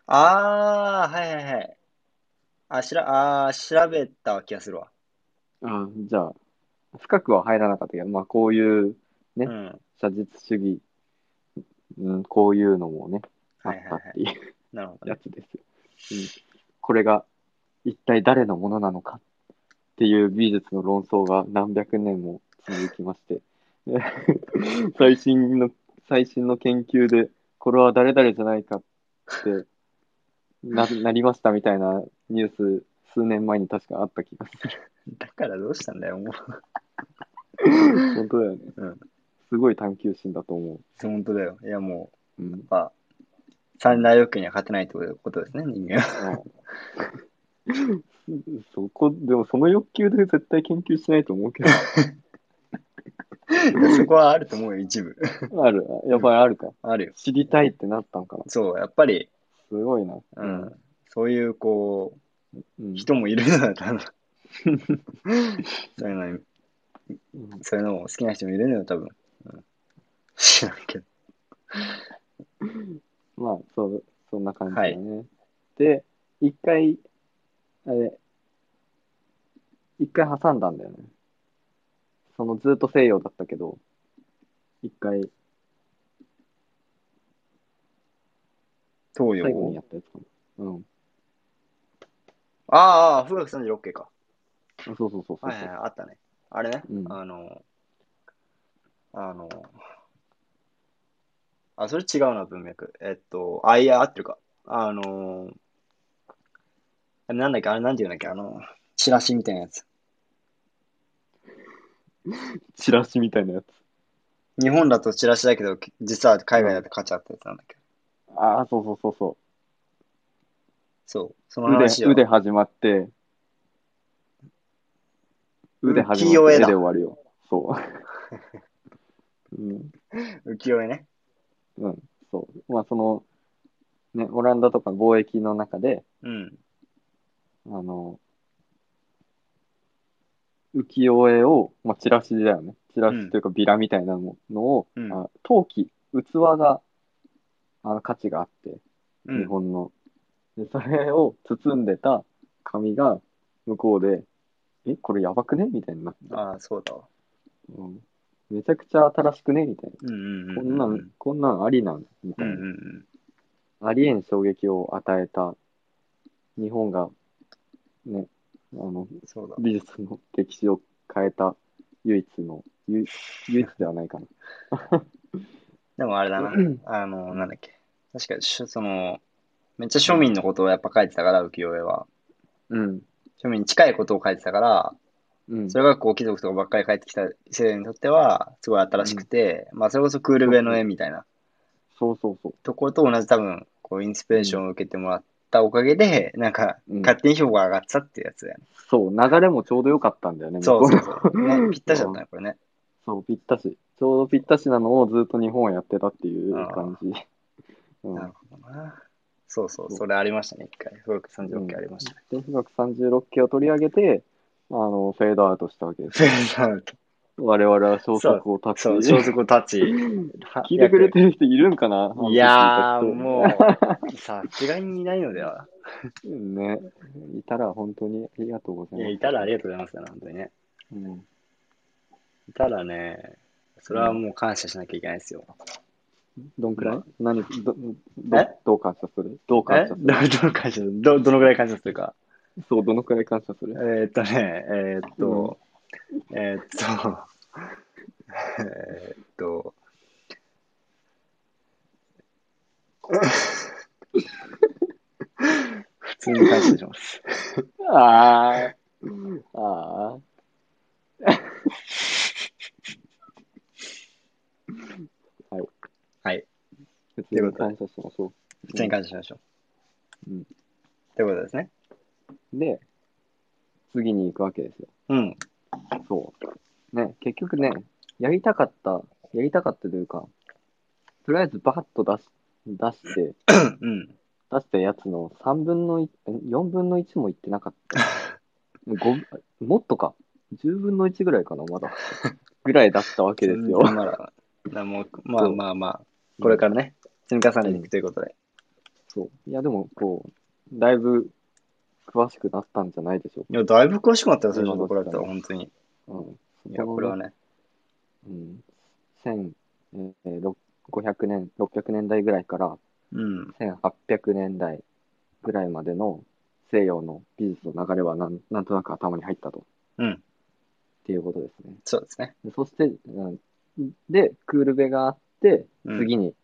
B: あー、はいはいはい。あ、しら、あー、調べた気がするわ。
A: あじゃあ、深くは入らなかったけど、まあ、こういう
B: う
A: ね
B: ん。はい
A: 写実主義、うん、こういうのもね、あ
B: は
A: っ
B: いは
A: たっ
B: い。
A: ていう
B: なるほどね
A: や。つですよ。うん、これが一体誰のものなのかっていう美術の論争が何百年も続きまして、 最新の最新の研究で、これは誰々じゃないかってななりましたみたいなニュース、数年前に確かあった気が する。
B: だからどうしたんだよ、もう。
A: 本当だよね。
B: うん
A: すごい探求心だと思
B: 本当だよ。いや、も
A: う。うん
B: う、まあ、三大欲求には勝てないってことですね、人間 は。
A: うん そこ、でもその欲求で絶対研究しないと思うけど、
B: いやそこはあると思うよ、一部。
A: ある、やっぱりあるか。
B: あるよ。
A: 知りたいってなったんかな。
B: そう、やっぱり、
A: すごいな。
B: うん、そういう、こ
A: うん
B: う、人もいるのだ多分そういうのに、
A: うん
B: そういうのも好きな人もいるのよ、多分。うん、知らんけど。
A: まあ、そう、そんな感じだね。で、一回、あれ、一回挟んだんだよね。そのずっと西洋だったけど、一回、
B: 東洋
A: 最後にやったやつかな。うん。
B: ああ、風学36系か。
A: あそうそうそうそう。
B: はいはいはい、あったね。あれね、
A: うん
B: あの、あの、あ、それ違うな、文脈。えっと、あ、いや、合ってるか。あの、あれなんだっけ、あれなんて言うんだっけ、あの、チラシみたいなやつ。
A: チラシみたいなやつ。
B: 日本だとチラシだけど、実は海外だと価値あったやつなんだっけ。
A: ああ、そうそうそうそ。
B: そう、そうの話
A: 腕、
B: を。
A: 腕始まって、
B: うん
A: 腕始
B: 浮世
A: まって、
B: 絵
A: 絵
B: だ
A: で終わるよ。 そう。うん、
B: 浮世絵ね。
A: うん、そう。まあ、その、ね、オランダとか貿易の中で、
B: うん。
A: あの、浮世絵を、まあ、チラシだよね。チラシというかビラみたいなのを、
B: うん
A: あ陶器、器が、あの価値があって、
B: うん
A: 日本の。で、それを包んでた紙が向こうで、え、これやばくねみたいになって、
B: ああ、そうだわ。
A: うんめちゃくちゃ新しくねみたい
B: うんうんうん
A: な。
B: う
A: こ
B: ん。
A: んなん、こんなんありなんみ
B: う
A: たい
B: んう
A: な。
B: んうん。
A: ありえん衝撃を与えた日本が、ね、あの
B: そうだ。
A: 美術の歴史を変えた唯一の唯唯一ではないかな。
B: でもあれだな
A: うん、
B: あの、なんだっけ。確かにしゅ、その、めっちゃ庶民のことをやっぱ書いてたから、浮世絵は。
A: うん。
B: 庶民に近いことを書いてたから、
A: うん。
B: それがこう貴族とかばっかり書いてきた世代にとっては、すごい新しくて、まあそれこそクールベの絵みたいな
A: そうそうそう。
B: ところと同じ多分、こうインスピレーションを受けてもらったおかげで、なんか、
A: うん
B: 勝手に評価が上がってたっていうやつだよね。
A: そう、流れもちょうど良かったんだよね。
B: そう
A: 向こ
B: そうそう。ね、ぴったしだったね、これね。
A: そう、ぴったし。ちょうどぴったしなのをずっと日本はやってたっていう感じ。うん。
B: なるほどな。そうそう、それありましたね、一回。すごく36件ありましたね。
A: で、富岳36期を取り上げて、あの、フェードアウトしたわけです。
B: フェルナウト
A: 我々は消息を絶つ。
B: そう、消息を断ち。
A: 聞いてくれてる人いるんかない
B: いやー、もう、さすがにいないのでは。
A: う。ね。いたら本当にありが とうござい
B: い
A: ます。
B: や、いたらあり
A: が
B: がとうございますよ、本当にね。
A: とうん。
B: いたらね、それはもう感謝しなきゃいけないですよ。
A: どんくらい何どど
B: え
A: どう感謝するどう感
B: え
A: 謝する
B: どどの感謝ど、どのぐらい感謝するか。
A: そう、どのくらい感謝する
B: えー、っとね、えー、っと、えー、っと、えー、っと、普通に感謝します。
A: あーあー。
B: はい、
A: 普通に感謝しましょ
B: 普通に感謝しましょう。
A: うん
B: ということですね。
A: う。で、次に行くわけですよ。
B: うん。
A: そう。ね、結局ね、やりたかった、やりたかったというか、とりあえずバッと出し出して、
B: うん。
A: 出したやつの3分の1、4分の1もいってなかった。 ごもっとか、10分の1ぐらいかな、まだ。ぐらいだったわけですよ
B: 全。然まだなもう まあまあまあ、これからね、積み重ねていくということで。
A: そう。いや、でも、こう、だいぶ詳しくなったんじゃないでしょ
B: いや、だいぶ詳しくなったよ、最初のところだったら、
A: う
B: 本当に。
A: うか。うん。
B: いや、これは
A: ね。
B: ね。
A: うん。千、えー、ろ500年、600年代ぐらいから
B: うん。
A: 1800年代ぐらいまでの西洋の美術の流れはなんなんとなく頭に入ったと。
B: うん。
A: っていうことですね。
B: そうですね。
A: でそして、うん、で、クールベがあって、
B: うん
A: 次に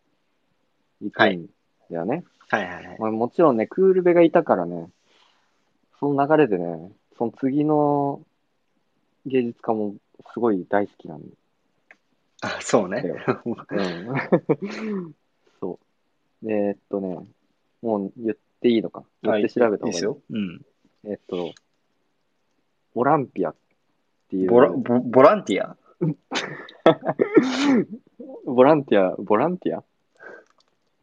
A: 行くんだよね。
B: はいはいはい。
A: まあ、もちろんね、クールベがいたからね、その流れでね、その次の芸術家もすごい大好きなん
B: あ、そう
A: だ
B: ね。
A: よ。うん、 そう。でえっとね、もう言っていいのか。言って調べた方がいい。
B: いいですよ。うん。
A: えっと、オランピアっていう。
B: ボラボボランティア
A: ボランティア、ボランティア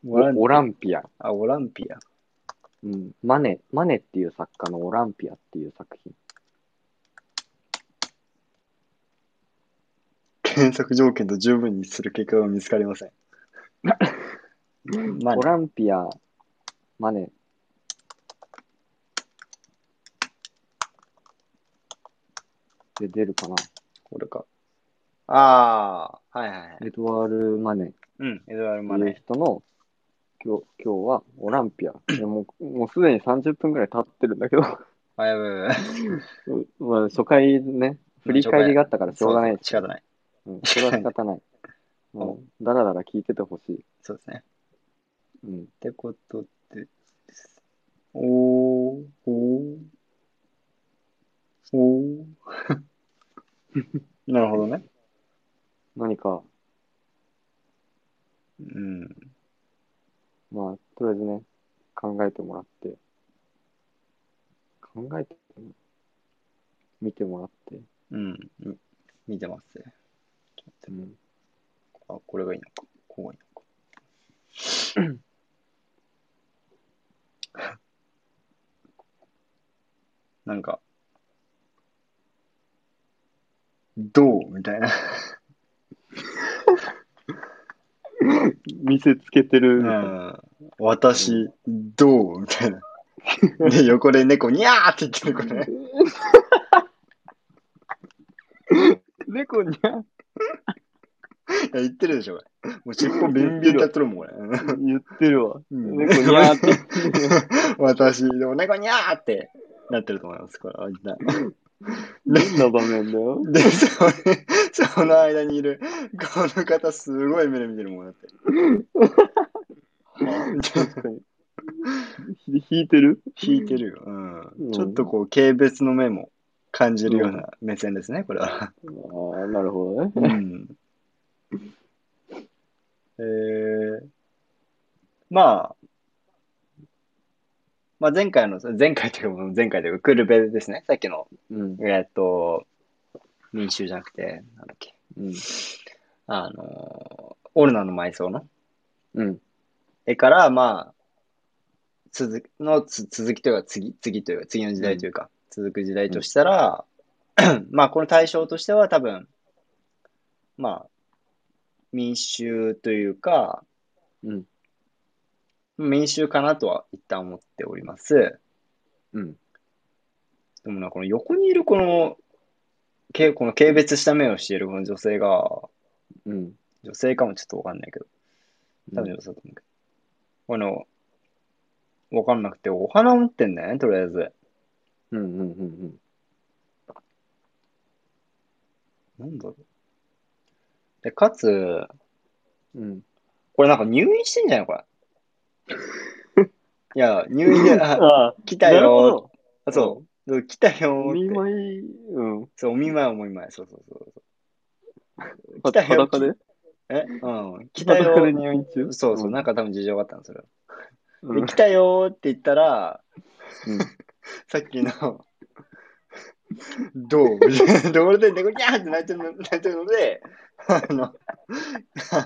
B: ボラン
A: オランピア。
B: あ、オランピア。
A: うん、マネ、マネっていう作家のオランピアっていう作品。
B: 検索条件と十分にする結果が見つかりま せん。まあ
A: オ
B: ね、
A: ランピア、マネ。で出るかな。
B: これか。ああ、はいはいはい。
A: エドワール・マネっ
B: うん、エドワール・
A: て
B: マ
A: いう
B: ネ。
A: 人の今日今日はオランピア。でもうもうすでに30分ぐらい経ってるんだけど、
B: あ、やばいやばいやばい。
A: まあ、初回ね、振り返りがあったからしょうがないです。
B: 仕方ない。
A: うん、それは仕方ない。もう、だらだら聞いててほしい。
B: そうですね。
A: うん。
B: ってことで、おー、おー、おー。なるほどね。
A: 何か、
B: うん。
A: まあ、とりあえずね、考えてもらって、考えて、見てもらって、
B: うん。み見てますね。
A: うん、
B: あ、これがいいのか。こうがいいのか。なんか、どうみたいな。
A: 見せつけてるみたいな、
B: うん、私、どう みたいな。で、横で猫、にゃーって言ってる、これ。
A: 猫にゃん
B: いや言ってるでしょ、これ。もう尻尾ビンビンってやってるもん、これ。うん
A: 言ってるわ。
B: うん
A: 猫にゃんって。
B: 私、でも猫にゃーってなってると思います、これ。あいつだ
A: どんな場面だよ。
B: で、それその間にいる、この方、すごい目で見てるもん、だって。 はあみたいな
A: 確かに。ひ 引いてる
B: 引いてるよ、うん。
A: うん
B: ちょっとこう、軽蔑の目も感じるような目線ですね、これは。
A: ああ、なるほどね。
B: うんえー、まあ、まあ前回の、前回というか、前回というか、クールベですね。さっきの、
A: うん。
B: えーっと、民衆じゃなくて、なんだっけ、
A: うん。
B: あのー、オルナの埋葬の
A: うん。
B: 絵から、まあ、続くのつ続きというか、次、次というか、次の時代というか、続く時代としたら、まあ、この対象としては多分、まあ、民衆というか、
A: うん。
B: 民衆かなとは一旦思っております。
A: うん。
B: でもな、この横にいるこの、けこの軽蔑した目をしているこの女性が、
A: うん。
B: 女性かもちょっとわかんないけど、多分女性だと思うけど、この、わかんなくて、お花を持ってんだよね、とりあえず。
A: うん。うん。うん。うん。
B: なんだろう。で、かつ、
A: うん。
B: これなんか入院してんじゃないこれ。 いや、入院で、あ、
A: ああ、
B: 来た
A: なるほ
B: よ
A: ど。
B: あ、そう、来たよ
A: お見
B: ーって。
A: 舞い、うん。
B: そう、お見舞い、お見舞い。そうそうそうそう。来たよ。
A: 裸で
B: えうん。来たよ
A: 裸で
B: ー。
A: 入院中
B: そうそう、なん
A: か、
B: か多分事情があったの、それは。
A: う
B: で、
A: ん
B: 来たよーって言ったら、
A: うん
B: さっきの、どうみたいなところで、猫ギャーって泣いてるの泣いてるので、あの、あ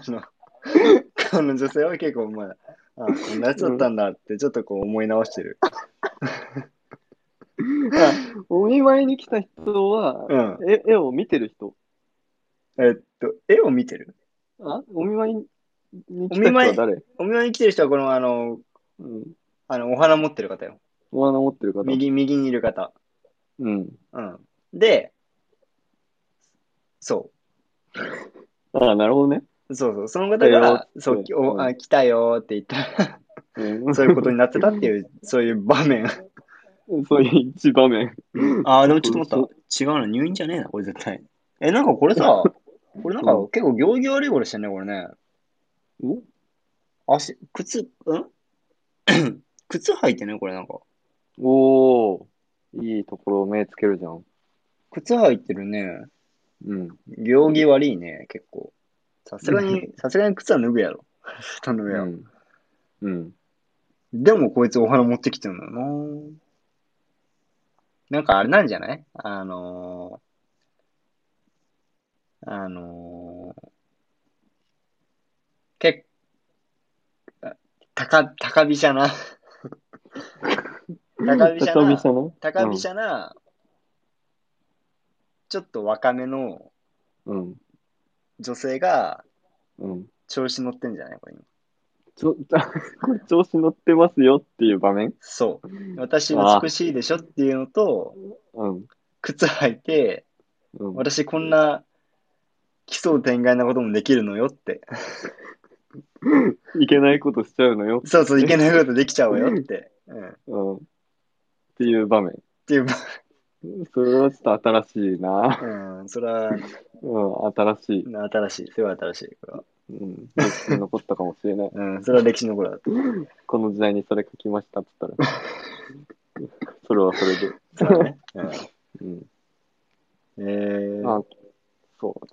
B: の、この女性は結構、まあ、あこんなやつだったんだって、ちょっとこう思い直してる。
A: あお見舞いに来た人は、
B: うん。
A: え絵を見てる人。
B: えっと、絵を見てる
A: あお見舞いに来
B: お
A: た
B: 見
A: 人
B: 舞い
A: は誰
B: お見舞いに来てる人は、この、あの、
A: うん。
B: あの、お花持ってる方よ。
A: お花持ってる方。
B: 右、右にいる方。
A: うん。
B: うん。で、そう。
A: ああ、なるほどね。
B: そうそう、その方が、
A: 来た
B: そ
A: よ
B: う
A: っ、て
B: お
A: うん
B: あ来たよーって言った ら、
A: うん
B: そういうことになってたっていう、そういう場面。
A: そういう一場面。
B: ああ、でもちょっと待った。違うな、入院じゃねえな、これ絶対。え、なんかこれさ、これなんか
A: う
B: 結構行儀悪いことしてんね、これね。
A: お
B: 足、靴、ん 靴履いてね、これなんか。
A: おーいいところを目つけるじゃん。
B: 靴履いてるね。
A: うん。
B: 行儀悪いね、結構。さすがに、さすがに靴は脱ぐやろ。 布団の
A: う
B: 上は。
A: ん。うん。
B: でもこいつお花持ってきてるんだよな。なんかあれなんじゃないあのー、あのー、結構、高、高飛 車な、
A: 高
B: 高飛車な
A: 飛車の
B: 高飛車な、ちょっと若めの
A: うん。
B: 女性が
A: うん。うん。
B: 調子乗ってんじゃないこれ今。
A: ちょ、 これ調子乗ってますよっていう場面
B: そう。私
A: あー
B: 美しいでしょっていうのと、
A: うん。
B: 靴履いて、
A: うん。
B: 私こんな奇想天外なこともできるのよって
A: いけないことしちゃうのよ。
B: そうそう、いけないことできちゃうわよって。うん。っ
A: うん。っていう場面。
B: ていう、
A: それはちょっと新しいな。
B: うん、それは、
A: うん、新しい。
B: 新しい。それは新しい。これは
A: うん。歴史に残ったかもしれない。
B: うん、それは歴史の頃だった。
A: この時代にそれ書きましたって言ったら。 それはそれで。
B: そうだね。
A: う
B: うん
A: ん。
B: えー、
A: あ、そう。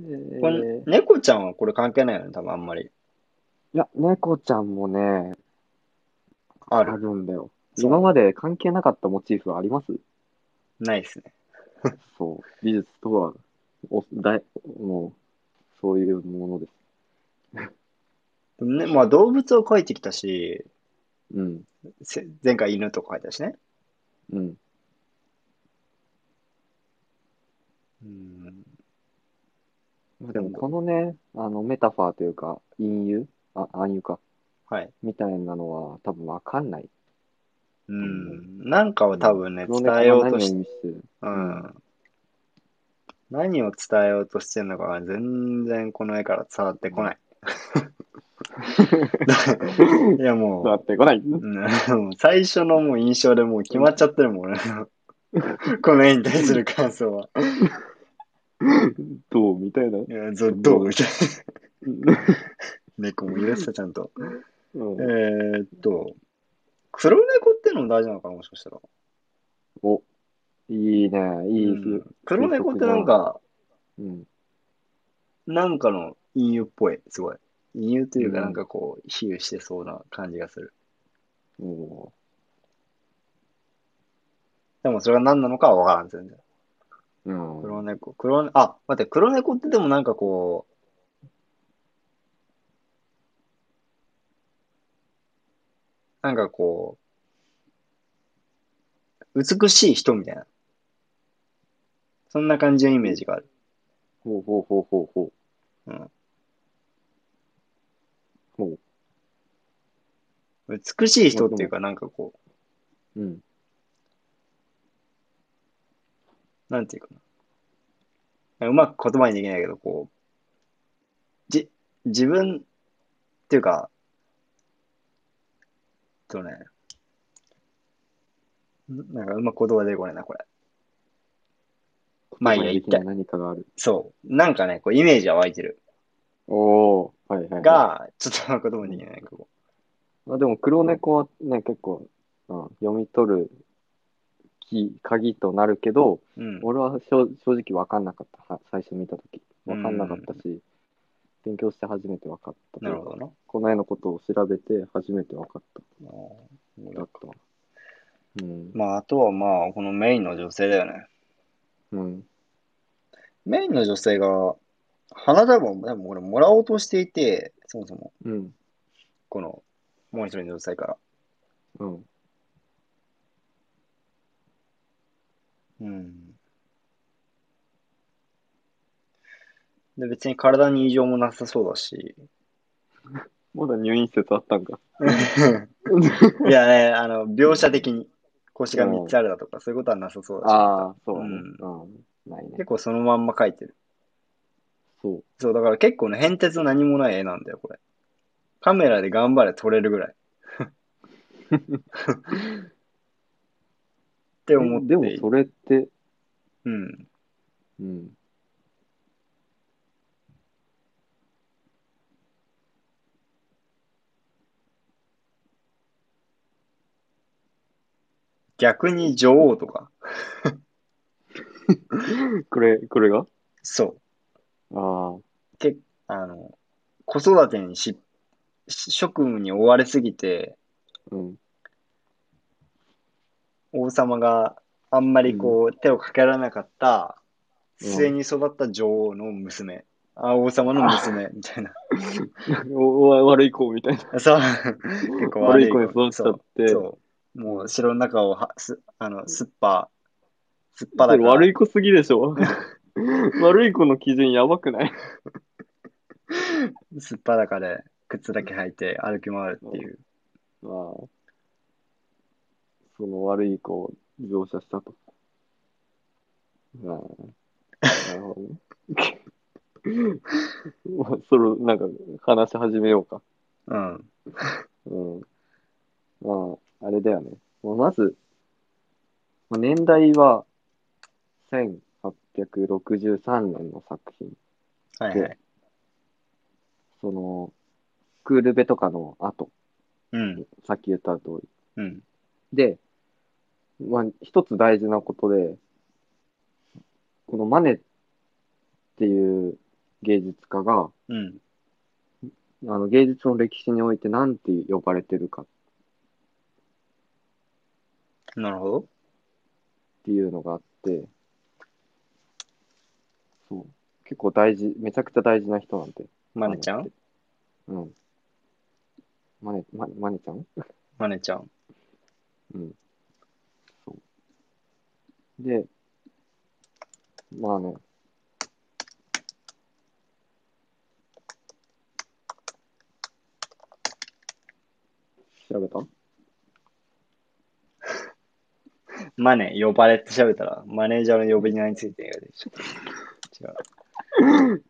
A: えー
B: これ猫ちゃんはこれ関係ないよね、多分あんまり。
A: いや、猫ちゃんもね、
B: あ
A: あ
B: る。
A: るんだよ。
B: そう
A: 今まで関係なかったモチーフあります
B: ないですね。
A: そう。美術とは、おだいもう、そういうものです。
B: でもね、まあ動物を描いてきたし、
A: うん。
B: せ前回犬とか描いたしね。
A: うん。
B: うん。
A: まあ、でも、このね、あの、メタファーというか、隠喩あ、暗喩か。
B: はい。
A: みたいなのは、多分わかんない。
B: うん。なんかは多分ね、
A: 黒
B: 伝
A: 猫が
B: えようとし
A: 何を意
B: て、
A: 味してる
B: うん。何を伝えようとしてるのかが全然この絵から伝わってこ ない。いやもう
A: だ。ってこない。
B: うん もう最初のもう印象でもう決まっちゃってるもん、俺 のこの絵に対する感想は。
A: どうみたいな。
B: いやゾどう みたいな。
A: う
B: 猫も許した、ちゃんと。え
A: ん
B: ーっと、黒猫ってのも大事なのかな、もしかしたら。
A: お、いいね、いい、
B: うん黒猫ってなんか、
A: うん、
B: なんかの隠喩っぽい、すごい。隠喩というか、
A: うん
B: なんかこう、比喩してそうな感じがする。
A: お
B: でもそれが何なのかはわからん、全然。
A: ーうん、
B: 黒猫、黒猫、あ、待って、黒猫ってでもなんかこう、なんかこう、美しい人みたいな。そんな感じのイメージがある。
A: ほうほうほうほうほ
B: うん、
A: う、ほ
B: 美しい人っていうか、なんかこ
A: う、うん、
B: う、なんていうかな。うまく言葉にできないけど、こう、じ、自分っていうか、えっとね、んなんかうまく言葉出てこないな、これ。まあいいや
A: 言葉にできない何かがある。
B: そう。なんかね、こう、イメージは湧いてる。
A: おー、はいはい、はい。
B: が、ちょっとうまく言葉にできない。こ
A: まあ、でも黒猫はね、結構、うん、読み取るキー鍵となるけど、
B: ううん。
A: 俺は正正直分かんなかった、は最初見たとき。分かんなかったし、勉強して初めて分かったとい
B: な
A: うか。
B: るほどな。
A: この絵のことを調べて初めて分かった。
B: あー
A: だったわ。うん。
B: まあ、あとはまあ、このメインの女性だよね。
A: うん。
B: メインの女性が、花束をでも俺もらおうとしていて、そもそも、
A: うん。
B: この、もう一人の女性から。
A: うん。
B: うん。で、別に体に異常もなさそうだ し。
A: まだ入院施設あったんか。
B: いやね、あの、描写的に腰が3つあるだとか、そういうことはなさそうだし。
A: ああ、そう、
B: う
A: ね
B: ん
A: うん。ないね
B: 結。構そのまんま描いてる。
A: そう。
B: そう、だから結構ね、変哲何もない絵なんだよ、これ。カメラで頑張れ撮れるぐらい。って思
A: え
B: って。
A: でもそれって、
B: うん。
A: うん。
B: 逆に女王とか。
A: これ、これが
B: そう。
A: ああ。
B: けあの、子育てにし、し職務に追われすぎて、
A: うん。
B: 王様があんまりこう、手をかけられなかっ
A: う
B: た、
A: ん
B: 末に育った女王の娘。あ、王様の娘、みたいな。
A: おわ悪い子みたいな。
B: そう。結構悪
A: 悪
B: い
A: い
B: 子
A: 子に育っちゃって。
B: そうそう。もう城の中をは、す、あの、すっぱ、すっぱ
A: そ
B: だ
A: れ
B: から。
A: 悪い子すぎでし ょ悪い子の基準やばくない
B: すっぱだかで、靴だけ履いて歩き回るっていう。
A: まあ、その悪い子を描写したと。まあ、なるほどね。 それ、なんか、話し始めようか。
B: うん。
A: うん。まあ、あれだよね。まあまず、まあ、年代は、1863年の作品。
B: はいはい。
A: その、クールベとかの後、
B: うん。
A: さっき言った通り。
B: うん。
A: で、まあ、一つ大事なことで、このマネっていう芸術家が、
B: うん。
A: あの芸術の歴史において何て呼ばれてるかっ
B: なるほど。
A: ていうのがあって、そう。結構大事、めちゃくちゃ大事な人なんで。
B: マネちゃん
A: うん。マネ、ママネちゃん
B: マネちゃん。
A: うん。そう。で、まあね。調べた
B: マネ、呼ばれって調べたら、マネージャーの呼び名についてが出てきた違う。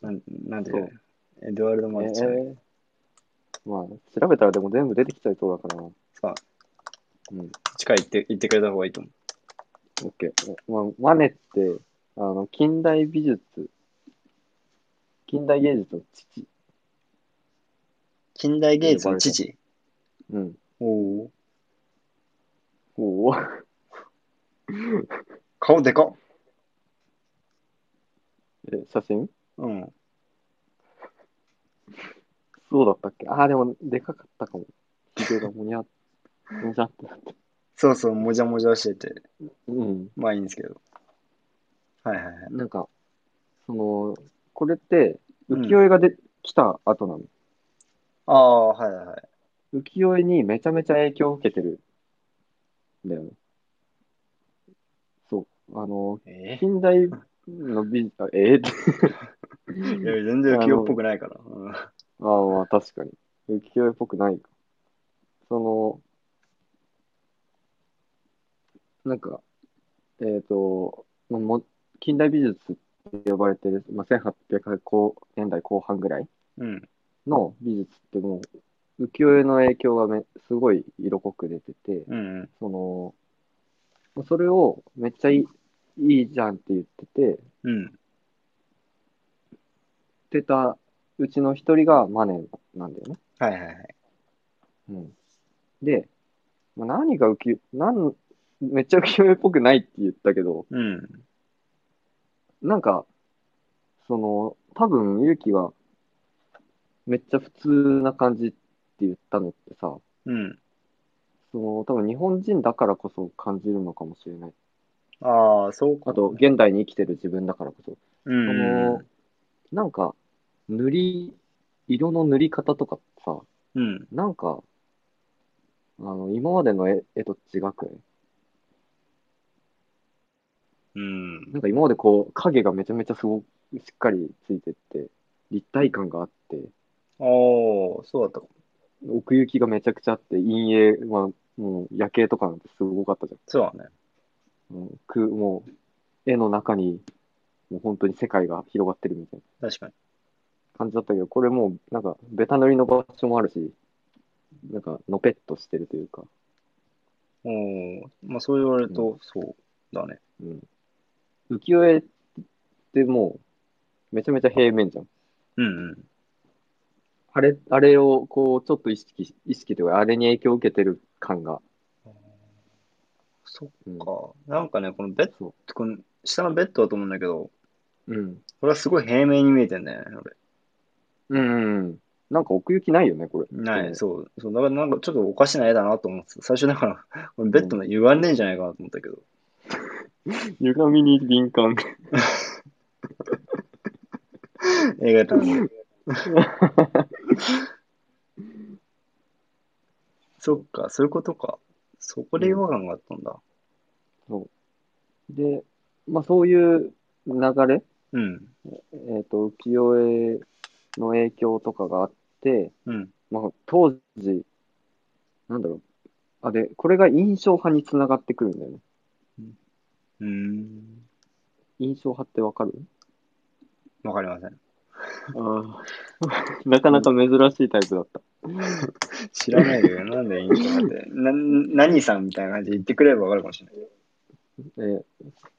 B: なん、なんていうのエドワルド・マ
A: え
B: ネちゃん。
A: えまあ、調べたらでも全部出てきちゃいそうだから。
B: そう。
A: うん。
B: 近い言って、言ってくれた方がいいと思
A: オッケー。まあ、マネって、あの、近代美術、近代芸術の父。
B: う。近代芸術の父。
A: うん。
B: おおー。
A: おお。
B: 顔でかっ
A: え、写真
B: うん。
A: そうだったっけああ、でも、でかかったかも。ひげがもにゃ、もじゃってなって。
B: そうそう、もじゃもじゃしてて。
A: うん。
B: まあいいんですけど。はいはいはい。
A: なんか、その、これって、浮世絵がで、来た後なの。
B: ああ、はいはいはい。
A: 浮世絵にめちゃめちゃ影響を受けてる。んだよね。そう。あの、
B: え
A: 近代の美術、あええ って。
B: えいや全然浮世っぽくないから。うん
A: ああ、まあ確かに。浮世絵っぽくないか。その、なんか、えっ、と、まあも近代美術って呼ばれてる、まあ、1800後年代後半ぐらい
B: うん。
A: の美術ってもう、浮世絵の影響がめすごい色濃く出てて、
B: うんうん。
A: その、まあそれをめっちゃいいいいじゃんって言ってて、
B: うん。
A: 言ってたうちの一人がマネなんだよね。
B: はいはいはい。
A: うんで、まあ、何が浮世、なん、めっちゃ浮世絵っぽくないって言ったけど、
B: うん。
A: なんか、その、多分、ゆうきは、めっちゃ普通な感じって言ったのってさ、
B: うん。
A: その、多分日本人だからこそ感じるのかもしれない。
B: ああ、そうか。
A: あと、現代に生きてる自分だからこそ。
B: うん
A: そ
B: うん
A: の、なんか、塗り、色の塗り方とかってさ、
B: うん。うん。
A: なんか、あの、今までの絵絵と違くない
B: うん。
A: なんか今までこう影がめちゃめちゃすごしっかりついてって立体感があって
B: ああ、そうだったか。
A: 奥行きがめちゃくちゃあって陰影はもう夜景とかなんてすごかったじ
B: そうだね。
A: ゃん、うん、くもう絵の中にもう本当に世界が広がってるみたいな
B: 確かに。
A: 感じだったけどこれもうなんかベタ塗りの場所もあるしなんかのぺっとしてるというか、
B: おお、まあそう言われると、そうだね。
A: うん、浮世絵ってもうめちゃめちゃ平面じゃん
B: うんうん。
A: あれ、あれを、こう、ちょっと意識し、意識というか、あれに影響を受けてる感が。
B: そっ
A: うん。
B: か。なんかね、このベッ
A: そ
B: ド、この下のベッドだと思うんだけど、
A: う。うん。
B: これはすごい平面に見えてんだよね、
A: う
B: 俺。
A: んうん。なんか奥行きないよね、これ。
B: ない、
A: うん
B: そう。そう、だからなんかちょっとおかしな絵だなと思ってた最初だから、 このベッドの歪んでんじゃないかなと思ったけど。
A: 歪みに敏感。
B: 映画館で。 そっか、そういうことか。そこで違和感があったんだ。
A: で、まあそういう流れ、
B: うん。
A: えっ、と、浮世絵の影響とかがあって、
B: うん。
A: まあ当時、なんだろう。あ、で、これが印象派につながってくるんだよね。
B: うーん。
A: 印象派ってわかる
B: わかりません。
A: あー なかなか珍しいタイプだった。
B: 知らないよ。なんでいいのかって。 な、何さんみたいな感じで言ってくれればわかるかもしれない。
A: えー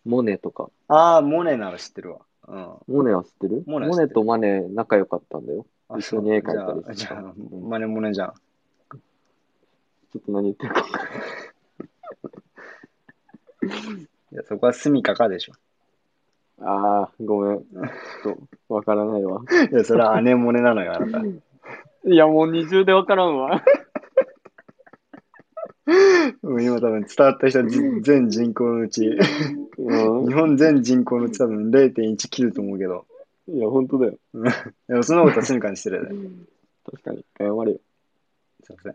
A: モネとか。
B: ああ、モネなら知ってるわ。うん。
A: モネは知ってる
B: モ
A: モ
B: ネ
A: ネ
B: は知ってる
A: とマネ仲良かったんだよ。
B: あ
A: 一緒に絵描いたり
B: そうじ
A: して
B: ゃ
A: た
B: あ、じゃあマネモネじゃん。
A: ちょっと何言ってるか。
B: いや、そこはスミカか でしょ。
A: ああ、ごめん。ちょっと、わからないわ。
B: いや、それは姉モネなのよ、あなた。
A: いや、もう二重でわからんわ。
B: もう今多分伝わった人はじ全人口のうち、
A: うん
B: 日本全人口のうち多分0.1切ると思うけど。
A: いや、本当だよ。
B: でもそんなことはスミカにしてるよね。
A: 確かに。謝れよ。
B: すいま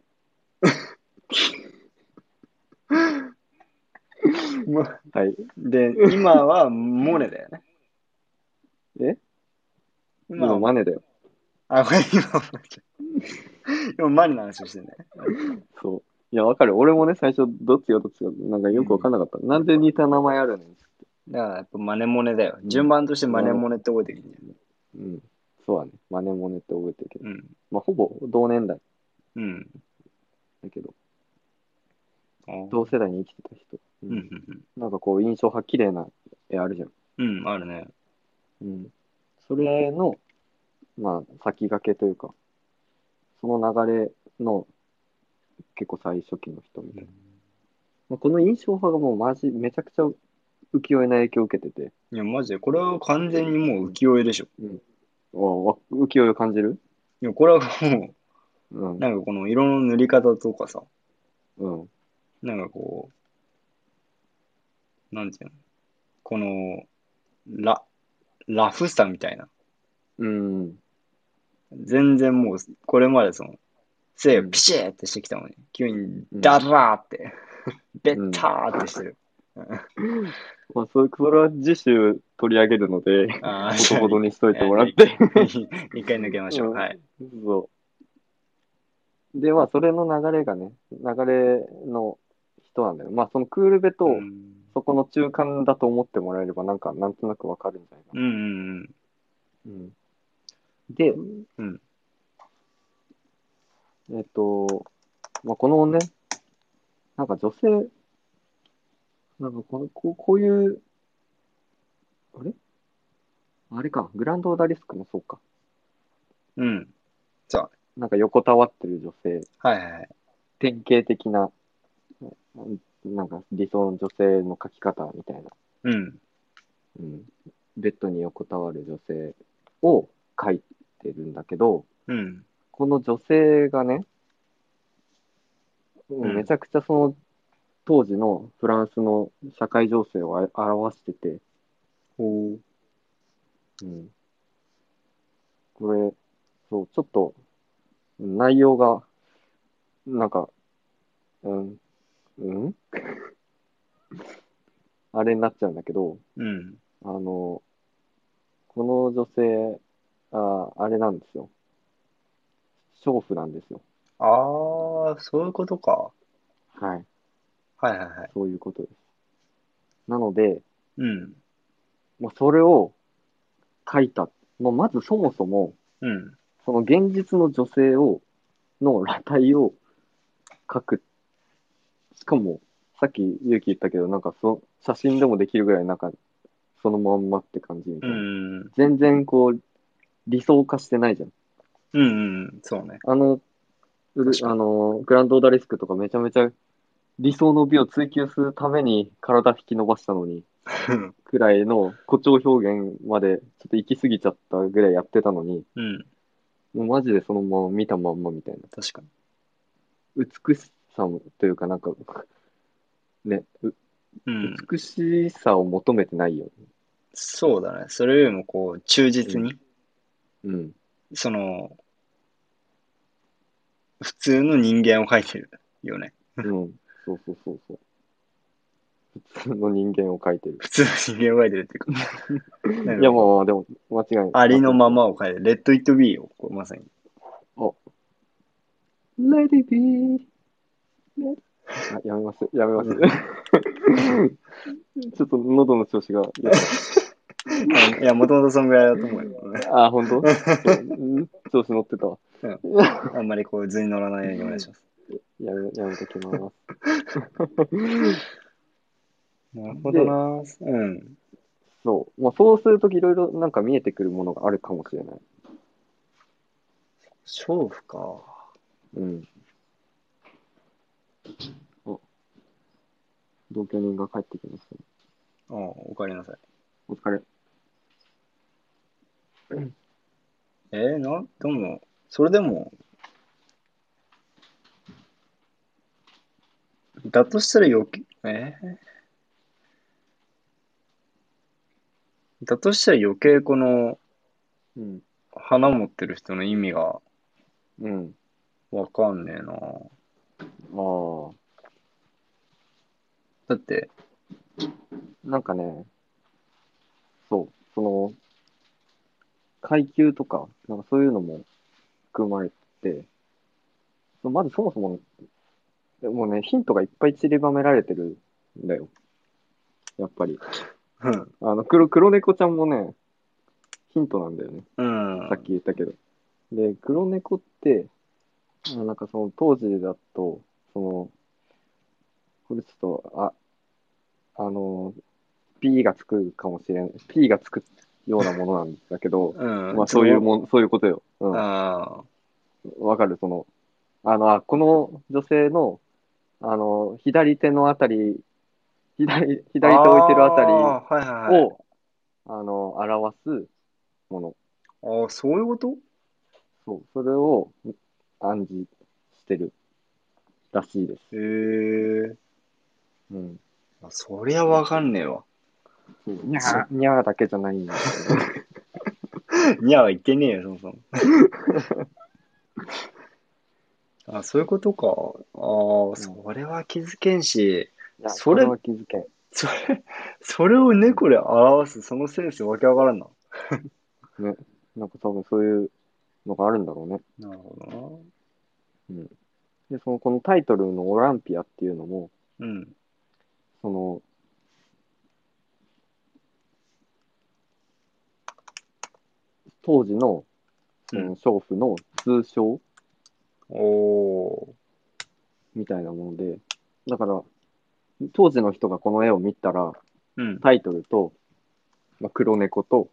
B: せん。も う
A: はい。
B: で、今はモネだよね。
A: え
B: 今
A: 今、
B: は
A: マネだよ。
B: あ、これ今はモネじゃん今マネの話をしてるね。
A: そう。いや、わかる。俺もね、最初、どっちがどっちが、なんかよくわかんなかった。なんで似た名前あるねん。
B: だからやっぱマネモネだよ。順番としてマネモネって覚えてるんだよね。
A: うん。そうだね。マネモネって覚えてるけど。
B: うん。
A: まあ、ほぼ同年代
B: うん。
A: だけど、
B: うん
A: 同世代に生きてた人。
B: うんうん
A: なんかこう、印象派、綺麗な絵あるじゃん。
B: うん。うん、あるね。
A: うん。それの、まあ、先駆けというか、その流れの、結構最初期の人みたいな。まあ、この印象派がもうマジ、めちゃくちゃ浮世絵な影響を受けてて、
B: いや、マジで、これは完全にもう浮世絵でしょ。
A: あわ浮世絵を感じる
B: いや、これはも
A: うん
B: う、。なんかこの色の塗り方とかさ、
A: うん。
B: なんかこう、なんていうのこの、ラ、ラフさみたいな。
A: うん。
B: 全然もう、これまでその、背をピシッってしてきたのに、急にダラーって、ベッターってしてる。
A: まあ、それそれは次週取り上げるので、
B: ああ、
A: ほどほどにしといてもらっ
B: い
A: て。
B: 一回抜けましょう。
A: うん
B: はい。
A: そう。で、まあ、それの流れがね、流れの人なんだよ。まあ、そのクールベと、
B: うん
A: そこの中間だと思ってもらえれば、なんか、なんとなくわかるんじゃないか
B: う
A: な。
B: んうんうん。
A: うん。で、
B: うん
A: えっと、まあ、このね、なんか女性、なんかこのこうこういう、あれあれか、グランドオーダリスクもそうか。
B: うん。
A: なんか横たわってる女性、
B: はいはいはい。
A: 典型的な、うんなんか理想の女性の描き方みたいな、
B: うん。
A: うん、ベッドに横たわる女性を描いてるんだけど、
B: うん。
A: この女性がね、
B: ん
A: めちゃくちゃその当時のフランスの社会情勢をあ表してて、
B: おー
A: うんこれ、そう、ちょっと内容が、なんか、うん、うん あれになっちゃうんだけど、
B: うん。
A: あの、この女性、ああれなんですよ。娼婦なんですよ。
B: ああ、そういうことか。
A: はい。
B: はいはいはい。
A: そういうことです。なので、
B: うん。
A: もうそれを書いた、もうまずそもそも、
B: うん。
A: その現実の女性を、の裸体を書く。しかも、さっき勇気言ったけど、なんかそ写真でもできるぐらい、なんかそのまんまって感じみた
B: う
A: いな。
B: ん。うん
A: 全然こう、理想化してないじゃん。
B: うんうん。そうね。
A: あの、うる
B: 確かに
A: あの、グランドオーダーリスクとかめちゃめちゃ理想の美を追求するために体引き伸ばしたの に、くらいの誇張表現までちょっと行き過ぎちゃったぐらいやってたのに、
B: うん。
A: もうマジでそのまま見たまんまみたいな。
B: 確かに。
A: 美しさもというかなんか、ね、う
B: うん。
A: 美しさを求めてないよね。
B: そうだね。それよりもこう、忠実に、
A: うん。
B: その、普通の人間を描いてるよね。
A: うん。そうそうそうそう。普通の人間を描いてる。
B: 普通の人間を描いてるっていうか。 なんか
A: いや、もう、でも、間違いない。
B: ありのままを描いてる。レッド・イット・ビーを、こうまさに。
A: レディビー。あやめます。 やめます。ちょっと喉の調子が。やばい
B: いや、もともとそんぐらいだと思うよ。
A: あ、本当そう 調子乗ってたわ。
B: あんまりこう、図に乗らないようにお願いします。
A: やめ、やめときます。
B: なるほどな。うん。
A: そう。まあ、そうするときいろいろなんか見えてくるものがあるかもしれない。
B: 勝負か。
A: うん。お同居人が帰ってきました。
B: ああ、おかえりなさい。
A: お疲れ。
B: えー、な、でも、それでも、だとしたら余計、えー、だとしたら余計この
A: うん。
B: 花持ってる人の意味が
A: うん。
B: わかんねえな。
A: あ
B: だって、
A: あ。なんかね、そう。その、階級とか、なんかそういうのも含まれて、そうまずそもそも、でもうね、ヒントがいっぱい散りばめられてるんだよ。やっぱり。
B: うん、
A: あの黒、黒猫ちゃんもね、ヒントなんだよね。
B: うん
A: さっき言ったけど。で、黒猫って、あなんかその当時だと、その、これちょっと、あ、あの、P がつくかもしれない。P がつくようなものなんだけど、
B: うん、
A: まあそういうもん、そういうことよ。うん。
B: あ
A: わかる、その、あの、あこの女性の、あの、左手のあたり、左、
B: あ、
A: 左手置いてるあたり
B: あーはいはいはい。
A: を、あの、表すもの。
B: ああ、そういうこと
A: そう、それを暗示してるらしいです。
B: ええ
A: うん。
B: ー、そりゃわかんねえわ。
A: にゃーにゃーだけじゃないんだけど。
B: にゃは言ってねえよ、そもそも。 あ、そういうことか。ああ、それは気づけんし、
A: いや
B: それ
A: は気づけん。
B: それ、それを猫で表す、そのセンスわけわからんな。
A: なんか多分そういうのがあるんだろうね。
B: なるほ
A: で、そのこのタイトルのオランピアっていうのも、
B: どな。うん。
A: その、当時のその娼婦の通称
B: おお
A: みたいなもので、だから、当時の人がこの絵を見たら、
B: ー。うん。
A: タイトルと、まあ、黒猫と、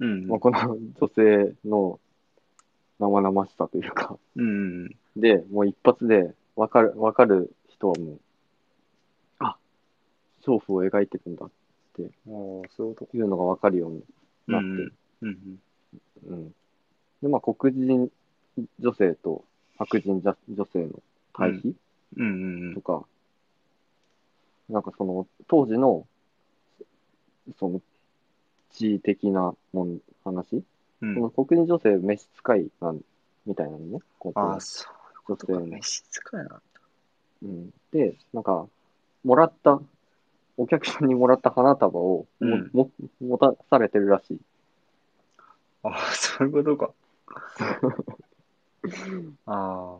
B: うん
A: まあ、。この女性の生々しさというか、
B: うん。
A: で、もう一発で分かる、わかる人はもう、あ、娼婦を描いてるんだっ
B: おーそういうこと
A: ていうのが分かるようにな
B: う
A: って
B: ん
A: る。
B: うん。
A: うんで、まあ、黒人女性と白人じゃ女性の対比
B: うんうん
A: とか、なんかその、当時の、その、地位的なもん話
B: うん。
A: こ
B: う
A: の
B: ん。
A: 黒人女性召使いなんみたいなのね。こう
B: ああ、そういうことか。
A: 女性の
B: 飯使いな。
A: うん、で、なんか、もらった、お客さんにもらった花束をも、
B: うん
A: も持たされてるらしい。
B: ああ、そういうこと か。あ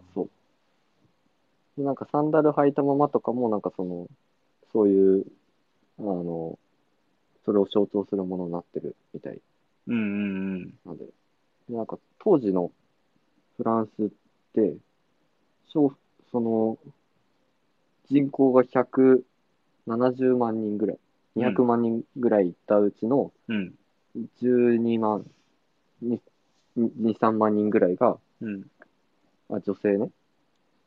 A: でなんかサンダル履いたままとかも、なんかその、そういう、あの、それを象徴するものになってるみたい
B: ーうんうん
A: なので。でなんか当時のフランスって、そうその、人口が170万人ぐらい、200万人ぐらいいたうちの、
B: うん。うん。
A: 12万、に2、3万人ぐらいが、
B: うん。
A: あ女性ね、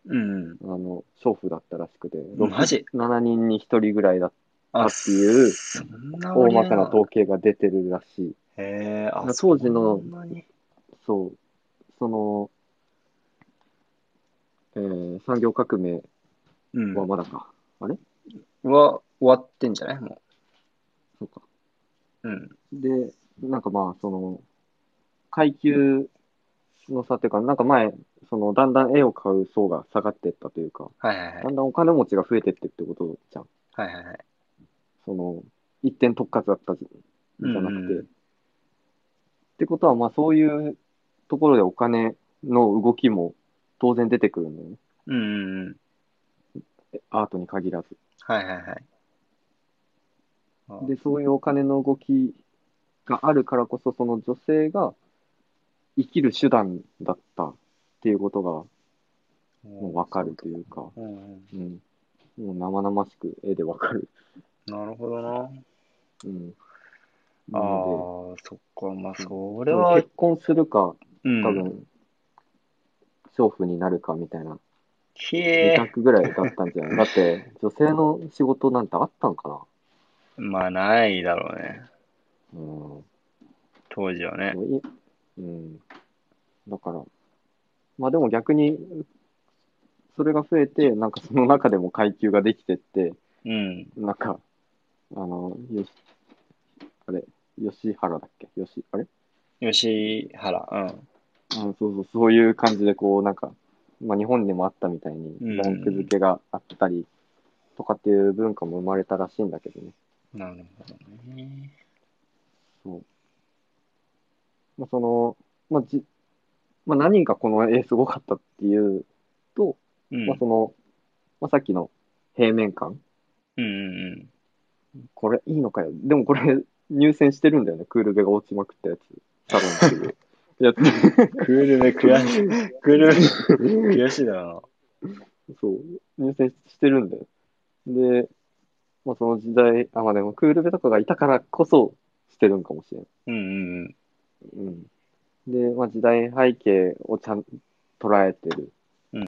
B: うん。
A: あの、娼婦だったらしくて、
B: マジ
A: ?7 人に1人ぐらいだっ
B: あ
A: っていう
B: そん
A: た
B: な割
A: 大
B: 合
A: まかな統計が出てるらしい。
B: へえ、あ、
A: 当時の
B: そんなに
A: そう。その、えー産業革命
B: うん。
A: は
B: は、
A: まだか。
B: 終わってんじゃないも
A: そうか。
B: う。うん。
A: で、なんかまあ、その、階級の差っていうか、なんか前、その、だんだん絵を買う層が下がってったというか、
B: はいはいはい
A: だ。んだんお金持ちが増えてってってことじゃん。
B: はいはいはい。
A: その、一点特化だったじじゃなくて。
B: うんうん
A: ってことは、まあそういうところでお金の動きも当然出てくるんだよね。
B: うんうんうん。
A: アートに限らず。
B: はいはいはい。
A: で、そういうお金の動きがあるからこそ、その女性が生きる手段だったっていうことがもうわかるというか、
B: うんうん
A: うん、もう生々しく絵でわかる。
B: なるほどな。
A: うん、な
B: ああ
A: の
B: ー、そっか。まあ、そ
A: で、
B: れは、
A: 結婚するか、
B: うん。
A: 多分、娼婦になるかみたいな、
B: ひ
A: 2
B: え。
A: 択ぐらいだったんじゃないだって、女性の仕事なんてあったのかな
B: まあ、ないだろうね。
A: うん、も
B: 当時はね。
A: ういうん、だから、まあでも逆に、それが増えて、なんかその中でも階級ができてって、
B: うん。
A: なんか、あの、よし、あれ、吉原だっけ吉、あれ
B: 吉原。
A: うん、そうそう、そういう感じで、こう、なんか、まあ、日本にもあったみたいに、
B: うん
A: ランク付けがあったりとかっていう文化も生まれたらしいんだけどね。
B: うん。なるほどね。
A: そう。まあ、その、まあ、じ、まあ、何人かこの絵すごかったっていうと、
B: うん。
A: まあ、その、まあ、さっきの平面感、
B: うんうん
A: これいいのかよ。でもこれ入選してるんだよね。クールベが落ちまくったやつ。サロンっていうやつ。
B: うん。クールめ 悔しい。クールめ悔しいだろ
A: そう、入選してるんだよ。で、まあ、その時代、あ、まあでもクールベとかがいたからこそしてるんかもしれん。
B: うな。うんうんうん。
A: うん。で、まあ時代背景をちゃん捉えてる